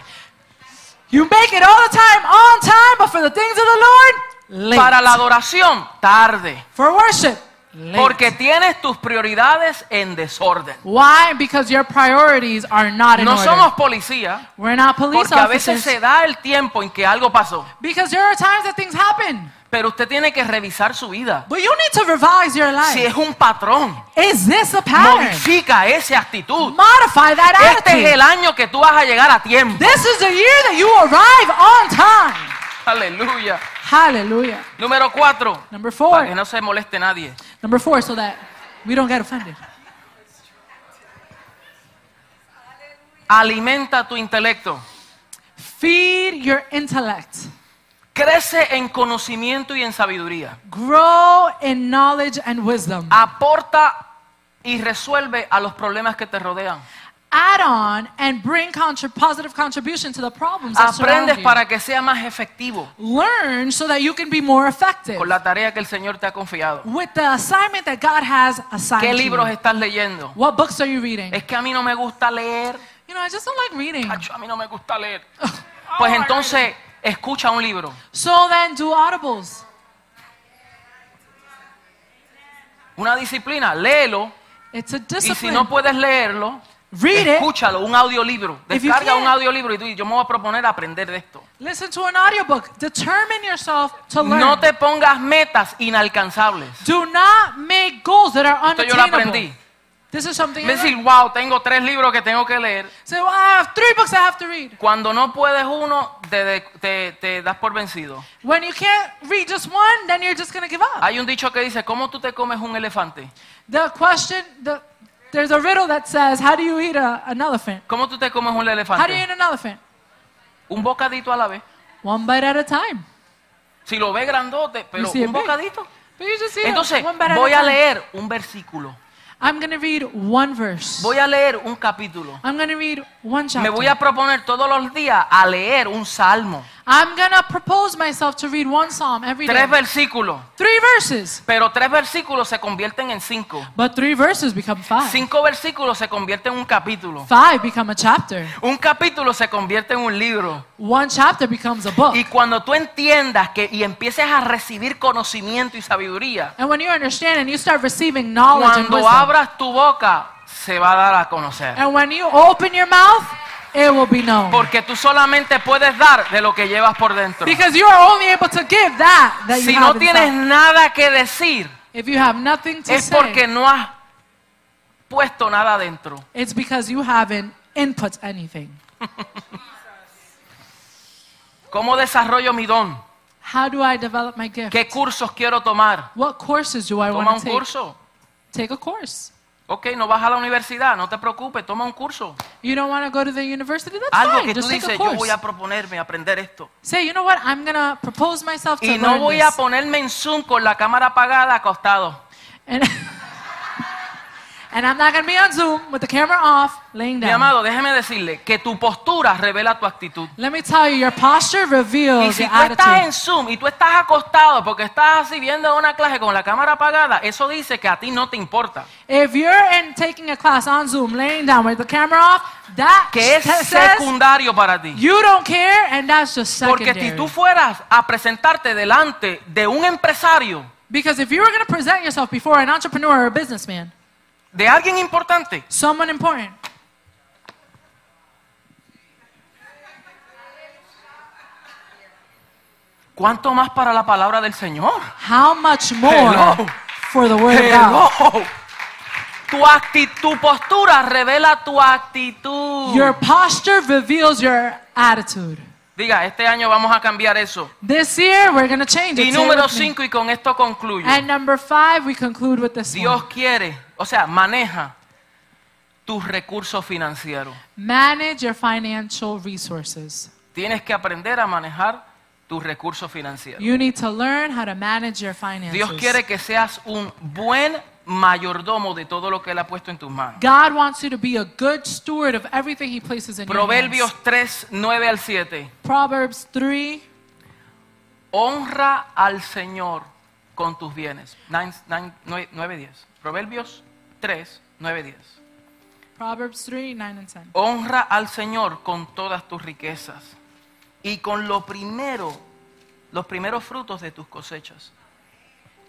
You make it all the time on time, but for the things of the Lord, late. Para la adoración, tarde. For worship, late. Porque tienes tus prioridades en desorden. Why? Because your priorities are not in No order. somos policía, We're not police porque a veces officers. se da el tiempo en que algo pasó. Because there are times that things happen, Pero usted tiene que revisar su vida. but you need to revise your life. Si es un patrón, Is this a pattern? modifica esa actitud. Modify that Este attitude. es el año que tú vas a llegar a [LAUGHS] tiempo. This is the year that you arrive on time. Aleluya. Hallelujah. Número cuatro. Number Para que four. no se moleste nadie. Number four, so that we don't get offended. Alimenta tu intelecto. Feed your intellect. Crece en conocimiento y en sabiduría. Grow in knowledge and wisdom. Ah. Aporta y resuelve a los problemas que te rodean. Add on and bring contri- positive contribution to the problems that Aprendes surround you. para que sea más efectivo Learn so that you can be more effective con la tarea que el Señor te ha confiado. with the assignment that God has assigned ¿Qué to libros Eh. you. estás leyendo? What books are you reading? Es que a mí no me gusta leer. You know, I just don't like reading. Acho, a mí no me gusta [LAUGHS] leer. Pues entonces escucha un libro. So then do audibles. Una disciplina, léelo. It's a Y si discipline. no puedes leerlo, Read it. escúchalo, un audiolibro. If you Descarga un can. audiolibro y tú, yo me voy a proponer aprender de esto. Listen to an audiobook. Determine yourself to learn. No te pongas metas inalcanzables. Do not make goals that are Esto yo lo aprendí. unattainable. This is something Es I decir, wow, tengo tres libros que tengo que leer. Say, well, I have three books I have to read. Cuando no puedes uno, te, de- te- te das por vencido. When you can't read just one, then you're just going to give up. Hay un dicho que dice, ¿cómo tú te comes un elefante? The question, the, there's a riddle that says, how do you eat a, an elephant? ¿Cómo tú te comes un How do you elefante? eat an elephant? Un bocadito a la vez. One bite at a time. Si lo ve grandote, pero see it un big. bocadito. But you just eat it Entonces, one bite at voy a a time. leer un versículo. I'm going to read one verse. Voy a leer un capítulo. I'm going to read one chapter. Me voy a proponer todos los días a leer un salmo. I'm going to propose myself to read one psalm every day. Tres versículos. three verses. Pero tres versículos se convierten en cinco. But three verses become five. Cinco versículos se convierten en un capítulo. Five become a chapter. Un capítulo se convierte en un libro. One chapter becomes a book. Y cuando tú entiendas que y empieces a recibir conocimiento y sabiduría, and when you understand and you start receiving knowledge and cuando wisdom, abras tu boca, se va a dar a conocer. and when you open your mouth, it will be known. Porque tú solamente puedes dar de lo que llevas por dentro. Because you are only able to give that that you Si have no tienes inside. nada que decir, If you have nothing to es say, porque no has puesto nada dentro. it's because you haven't input anything. ¿Cómo desarrollo mi don? How do I develop my gift? ¿Qué cursos quiero tomar? What courses do I Toma want un to take? curso. Take a course. Ok, no vas a la universidad, no te preocupes, toma un curso. You don't want to go to the university? That's Algo fine. que tú Just take dices, a yo course. voy a proponerme a aprender esto. Say, you know what? I'm going to propose myself to Y no learn voy a this. ponerme en Zoom con la cámara apagada acostado. and, [LAUGHS] and I'm not going to be on Zoom with the camera off, laying Mi down. amado, déjeme decirle que tu postura revela tu actitud. Let me tell you, your posture Y reveals si your tú estás attitude. en Zoom y tú estás acostado porque estás así viendo una clase con la cámara apagada, eso dice que a ti no te importa. If you're in taking a class on Zoom, laying down with the camera off, that Que es says secundario para ti. you don't care, and that's just Porque secondary. si tú fueras a presentarte delante de un empresario, because if you were going to present yourself before an entrepreneur or a businessman, de alguien importante, someone important, ¿cuánto más para la palabra del Señor? how much more Hello. for the word of Hello. God? Tu actitud, tu postura revela tu actitud. Your posture reveals your attitude. Diga, este año vamos a cambiar eso. This year, we're going to change it. Y Say it número with me. 5, y con esto concluyo. And number five, we conclude with this Dios one. quiere, o sea, maneja tus recursos financieros. Manage your financial resources. Tienes que aprender a manejar tus recursos financieros. You need to learn how to manage your finances. Dios quiere que seas un buen mayordomo de todo lo que Él ha puesto en tus manos. God wants you to be a good steward of everything He places in your hands. Proverbios 3, 9 al 7. Proverbs 3. Honra al Señor con tus bienes. 9, 10. Proverbios 3, 9, 10. Proverbs 3, 9 and 10. Honra al Señor con todas tus riquezas y con lo primero, los primeros frutos de tus cosechas.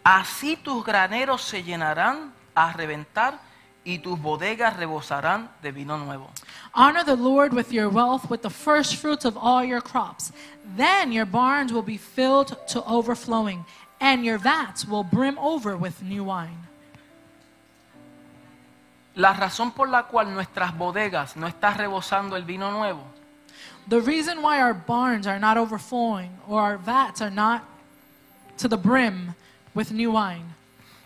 Así tus graneros se llenarán a reventar y tus bodegas rebosarán de vino nuevo. Honor the Lord with your wealth, with the first fruits of all your crops. Then your barns will be filled to overflowing, and your vats will brim over with new wine. La razón por la cual nuestras bodegas no están rebosando el vino nuevo The reason why our barns are not overflowing or our vats are not to the brim with new wine,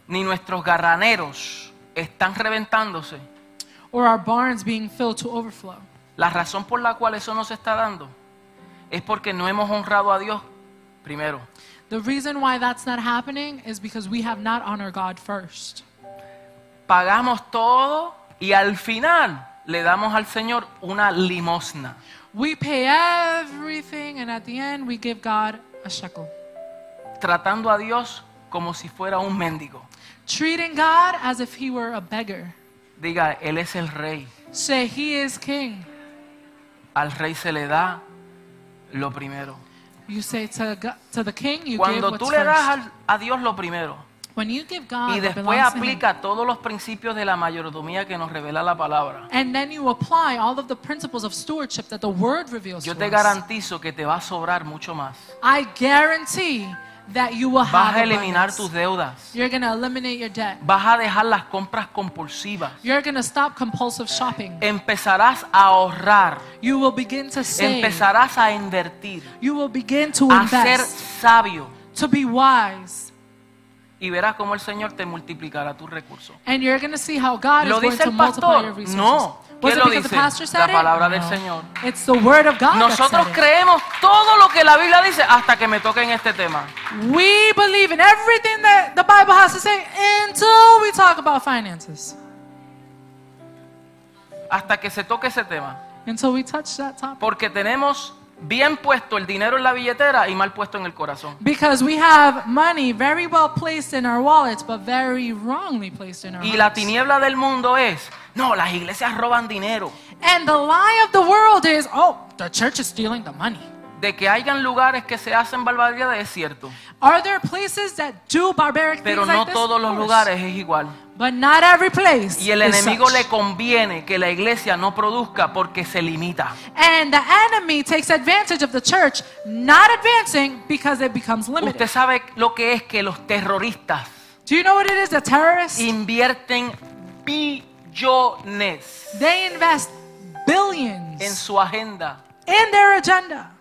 ni nuestros garraneros están reventándose, or our barns being filled to overflow. la razón por la cual eso no se está dando es porque no hemos honrado a Dios primero. The reason why that's not happening is because we have not honored God first. pagamos todo y al final le damos al Señor una limosna. We pay everything, and at the end, we give God a shekel. Tratando a Dios como si fuera un mendigo. Treating God as if He were a beggar. Diga, Él es el rey. Say, He is King. Al rey se le da lo primero. You say to, Go- to the King, you give Cuando what's tú le das first. Ah, al- a Dios lo primero When you give y God what después belongs to Him, aplica todos los principios de la mayordomía que nos revela la palabra, and then you apply all of the principles of stewardship that the Word reveals yo to te us, garantizo que te va a sobrar mucho más. I guarantee that you will Vas a have eliminar abundance. tus deudas. You're going to eliminate your debt. Vas a dejar las compras compulsivas. You're going to stop compulsive shopping. Eh, Empezarás a ahorrar. You will begin to save. empezarás a invertir, You will begin to a ser invest, sabio to be wise, y verás cómo el Señor te multiplicará tus recursos. and you're going to see how God ¿Lo is going dice to el multiply pastor? your resources. No. ¿Quién Was it lo because the dice? pastor La said palabra it? del No. Señor. It's the word of God Nosotros that said creemos todo lo que la Biblia dice hasta que me toque en este tema. it. We believe in everything that the Bible has to say until we talk about finances, Hasta que se toque ese tema. until we touch that topic. Porque tenemos bien puesto el dinero en la billetera y mal puesto en el corazón. Because we have money very well placed in our wallets, but very wrongly placed in our Y la hearts. tiniebla del mundo es, no, las iglesias roban dinero. And the lie of the world is, oh, the church is stealing the money. de que hayan lugares que se hacen barbaridades es cierto, Are there places that do barbaric pero things no like this? todos Of los course. lugares es igual. But not every place. Y el is enemigo such. le conviene que la iglesia no produzca porque se limita. And the enemy takes advantage of the church not advancing because it becomes limited. Usted sabe lo que es que los terroristas Do you know what it is? The terrorists invierten billones they invest billions en su agenda. in their agenda.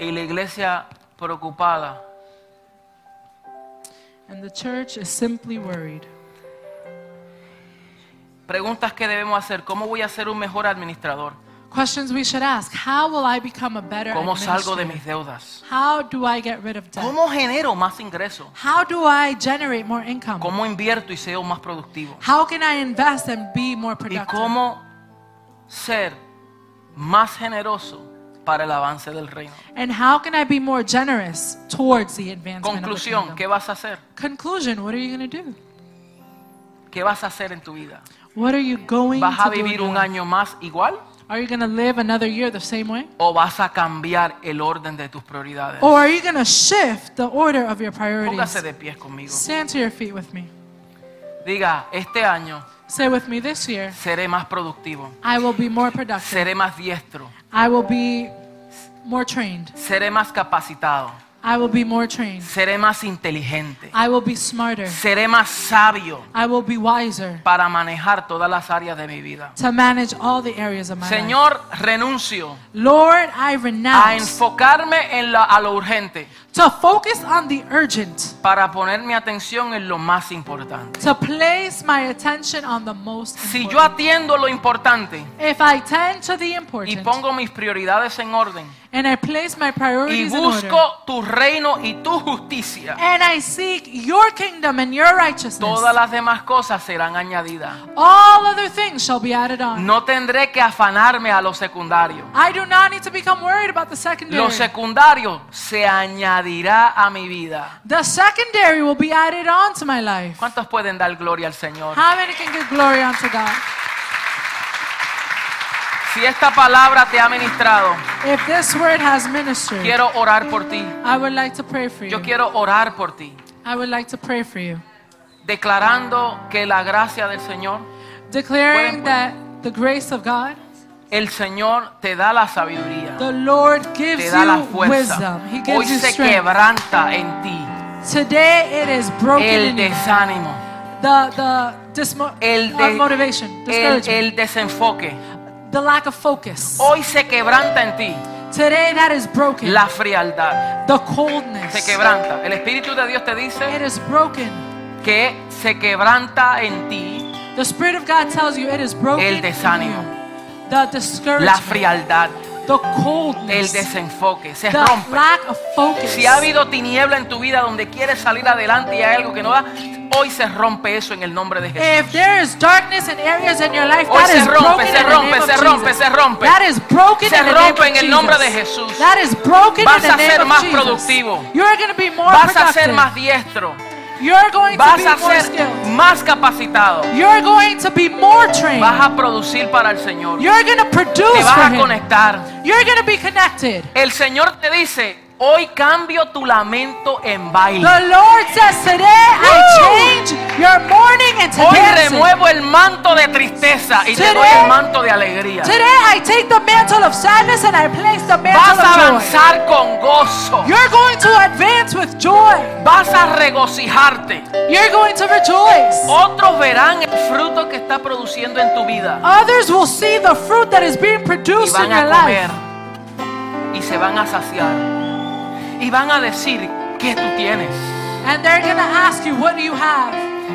Y la iglesia preocupada And the church is simply worried. Preguntas que debemos hacer. ¿Cómo voy a ser un mejor administrador? Questions we should ask. How will I become a better ¿Cómo salgo de administrator? mis deudas? How do I get rid of debt? ¿Cómo genero más ingresos? How do I generate more income? ¿Cómo invierto y soy más productivo? How can I invest and be more ¿Y productive? cómo ser más generoso para el avance del reino? And how can I be more generous towards the advancement Conclusión, of the ¿qué kingdom? vas a hacer? Conclusion, what are you going to do? ¿Qué vas a hacer en tu vida? What are you going ¿Vas a to do? in vivir your un life? año más igual Are you going to live another year the same way? o vas a cambiar el orden de tus prioridades? Or are you going to shift the order of your Póngase priorities? de pies conmigo. Stand to your feet with me. Diga, este año Say with me this year, seré más productivo, I will be more productive. seré más diestro, I will be more trained. seré más capacitado. I will be more trained. Seré más inteligente. I will be smarter. Seré más sabio I will be wiser para manejar todas las áreas de mi vida. to manage all the areas of my life. Señor, renuncio Lord, I a renounce enfocarme en la- a lo urgente to focus on the urgent, para poner mi atención en lo más importante. to place my attention on the most Si important. yo atiendo lo importante if I tend to the y important pongo mis prioridades en orden and I place my y priorities in order, busco tu reino y tu justicia, and I seek your kingdom and your righteousness, todas las demás cosas serán añadidas. all other things shall be added on. No tendré que afanarme a lo secundario. I do not need to become worried about the secondary. Lo secundario se añadirá a mi vida. the secondary will be added on to my life. ¿Cuántos pueden dar gloria al Señor? How many can give glory unto God? Si esta palabra te ha ministrado, If this word has ministered, quiero orar por ti. I would like to pray for you. Yo quiero orar por ti, I would like to pray for you, declarando que la gracia del Señor, declaring Pueden- that the grace of God, el Señor te da la sabiduría, the Lord gives te da la you fuerza. wisdom. He Hoy gives you se strength. quebranta en ti Today it is broken el in you. desánimo, The the dismo- el, uh, de- motivation, el, discouragement, el desenfoque. the lack of focus. Hoy se quebranta en ti Today that is broken. Oh. la frialdad, the coldness. se quebranta. El Espíritu de Dios te It dice is broken. que se quebranta en ti The Spirit of God tells you it is broken. El desánimo. in you. The la discouragement. frialdad. The el coldness. desenfoque se the rompe. lack of focus. Si ha habido tiniebla en tu vida donde quieres salir adelante y hay algo que no da, hoy se rompe eso en el nombre de Jesús. If there is darkness in areas in your life, Hoy that se is rompe, broken se in rompe, the name se of rompe, Jesus. se rompe. That is broken Se in the rompe name en of el nombre de Jesus. Jesús. That is broken Vas in the a name ser of más Jesus. productivo. You're going to be more Vas a productive. ser más diestro, You're going to vas be a more ser skilled. más capacitado, You're going to be more trained. vas a producir para el Señor, You're going to te produce vas for a Him. conectar. You're going to be connected. El Señor te dice, hoy cambio tu lamento en The baile. Lord says, Today I Woo! change your mourning into Hoy dancing. remuevo el manto de tristeza y te doy Today- el manto de alegría. Today I take the mantle of sadness and I place the Vas a mantle of joy. avanzar con gozo. You're going to advance with joy. Vas a regocijarte. You're going to rejoice. Otros verán el fruto que está produciendo en tu vida. Others will see the fruit that is being Y produced in van a your comer. life. Y se van a saciar. Y van a decir, ¿qué tú tienes? And they're going to ask you, What do you have?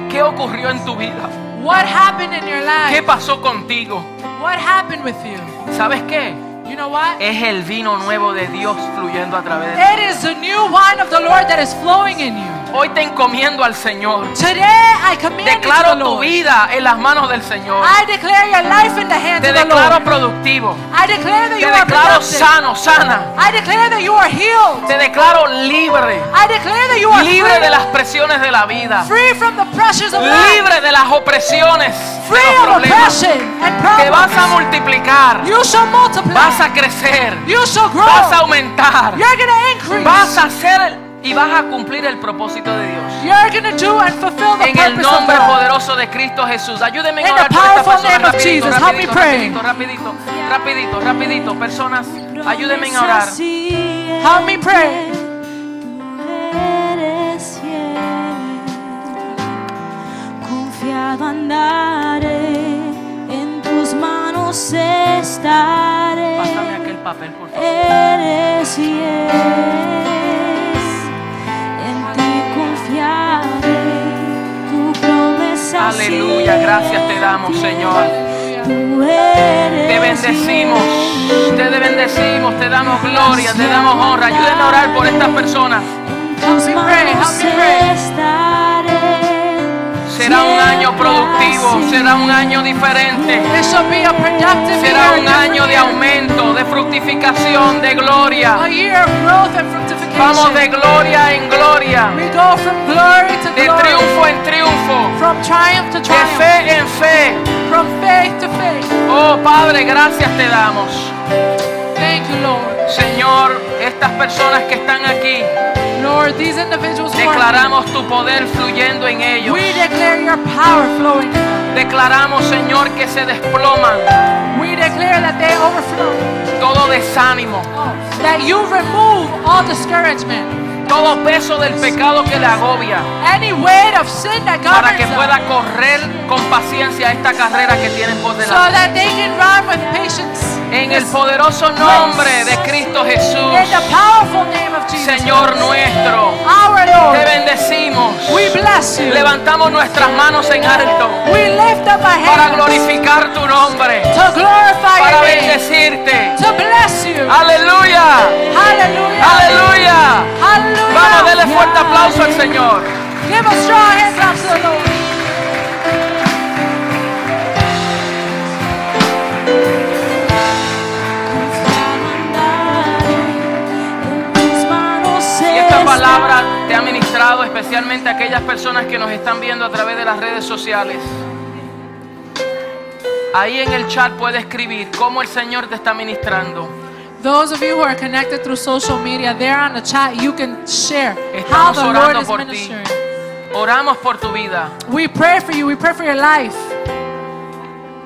¿Qué ocurrió en tu vida? What happened in your ¿Qué life? pasó contigo? What happened with you? ¿Sabes qué? You know what? Es el vino nuevo de Dios fluyendo a través de ti. It is the new wine of the Lord that is flowing in you. Hoy te encomiendo al Señor. Today I commend you to Declaro the tu Lord. vida en las manos del Señor. I declare your life in the hands Te of the declaro Lord. productivo. I declare that Te you are declaro productive. sano, sana. I declare that you are healed. Te declaro libre. I declare that you are Libre de las free, presiones de la vida. free from the pressures of life, Libre de las opresiones. De free los of problemas. oppression and Te vas a problems. multiplicar. You shall multiply. Vas a crecer. you shall grow. Vas a aumentar. You're gonna increase. Vas a hacer y vas a cumplir el propósito de Dios. You're gonna do and fulfill the En el purpose of nombre oh God. poderoso de Cristo Jesús. Ayúdenme en In orar the por esta powerful persona name of rapidito, Jesus, help me rapidito, pray. rapidito, rapidito, rapidito, rapidito. Personas, ayúdenme en orar. Help me pray. Tú eres fiel, confiado andaré, en tus manos estaré. Pásame aquel papel, por favor. Eres fiel, en ti confiaré, tu promesa Aleluya, gracias te damos, Señor. Te Te bendecimos, te bendecimos, te damos gloria, te damos honra. Ayúdenme a orar por estas personas. Help me pray, help me pray. Será un año productivo, será un año diferente. This shall be a productive Será year, un año de aumento, de fructificación, de gloria. a year of growth and fructification. Vamos de gloria en gloria. we go from glory to de glory, triunfo en triunfo, from triumph to de triumph, fe en fe. from faith to faith. Oh Padre, gracias te damos. Thank you, Lord. Señor, estas personas que están aquí, Lord, these individuals who are here, declaramos tu poder fluyendo en ellos. we declare your power flowing. in them. Declaramos, Señor, que se desploman We declare that they overflow, todo desánimo, that you remove all discouragement, todo peso del pecado que le agobia, any weight of sin that para que governs them, pueda correr con paciencia esta carrera que tienes por so delante. that they can run with patience. En el poderoso nombre de Cristo In the Jesús, powerful name of Jesus, Señor nuestro, our te Lord, bendecimos. we bless you. Levantamos nuestras manos en alto We lift up our para hands glorificar tu nombre, to glorify para your name, bendecirte. to bless you. Aleluya, Hallelujah. aleluya. Hallelujah. Vamos, dele fuerte aplauso al Señor. Give a strong hand clap to the Lord. Y esta palabra te ha ministrado especialmente a aquellas personas que nos están viendo a través de las redes sociales. Ahí en el chat puede escribir cómo el Señor te está ministrando. Those of you who are connected through social media, there on the chat, you can share how Estamos the Lord orando is por ti. ministering. Oramos por tu vida. We pray for you. We pray for your life.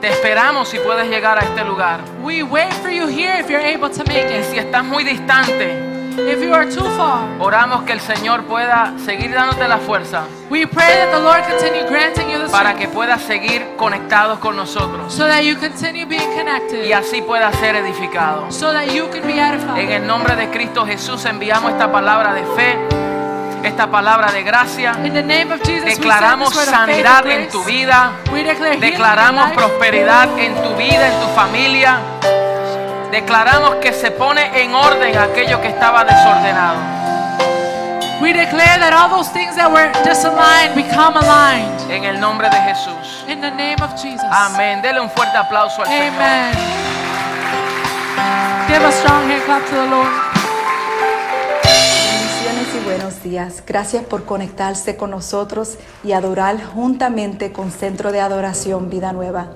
Te esperamos si puedes llegar a este lugar. We wait for you here if you're able to make Y it. si estás muy distante, If you are too far, Oramos que el Señor pueda seguir dándote la fuerza we pray that the Lord continue granting you the para strength que puedas seguir conectados con nosotros so that you continue being y connected, así puedas ser edificado. so that you can be En edified. el nombre de Cristo Jesús enviamos esta palabra de fe, esta palabra de gracia. In the name of Jesus, Declaramos we stand this word sanidad of faith en and tu grace. vida. We declare healing in your Declaramos life. prosperidad en tu vida, en tu familia. Declaramos que se pone en orden aquello que estaba desordenado. We declare that all those things that were disaligned become aligned. En el nombre de Jesús. In the name of Jesus. Amén. Dele un fuerte aplauso al Señor. Amen. Give a strong hand clap to the Lord. Bendiciones y buenos días. Gracias por conectarse con nosotros y adorar juntamente con Centro de Adoración Vida Nueva.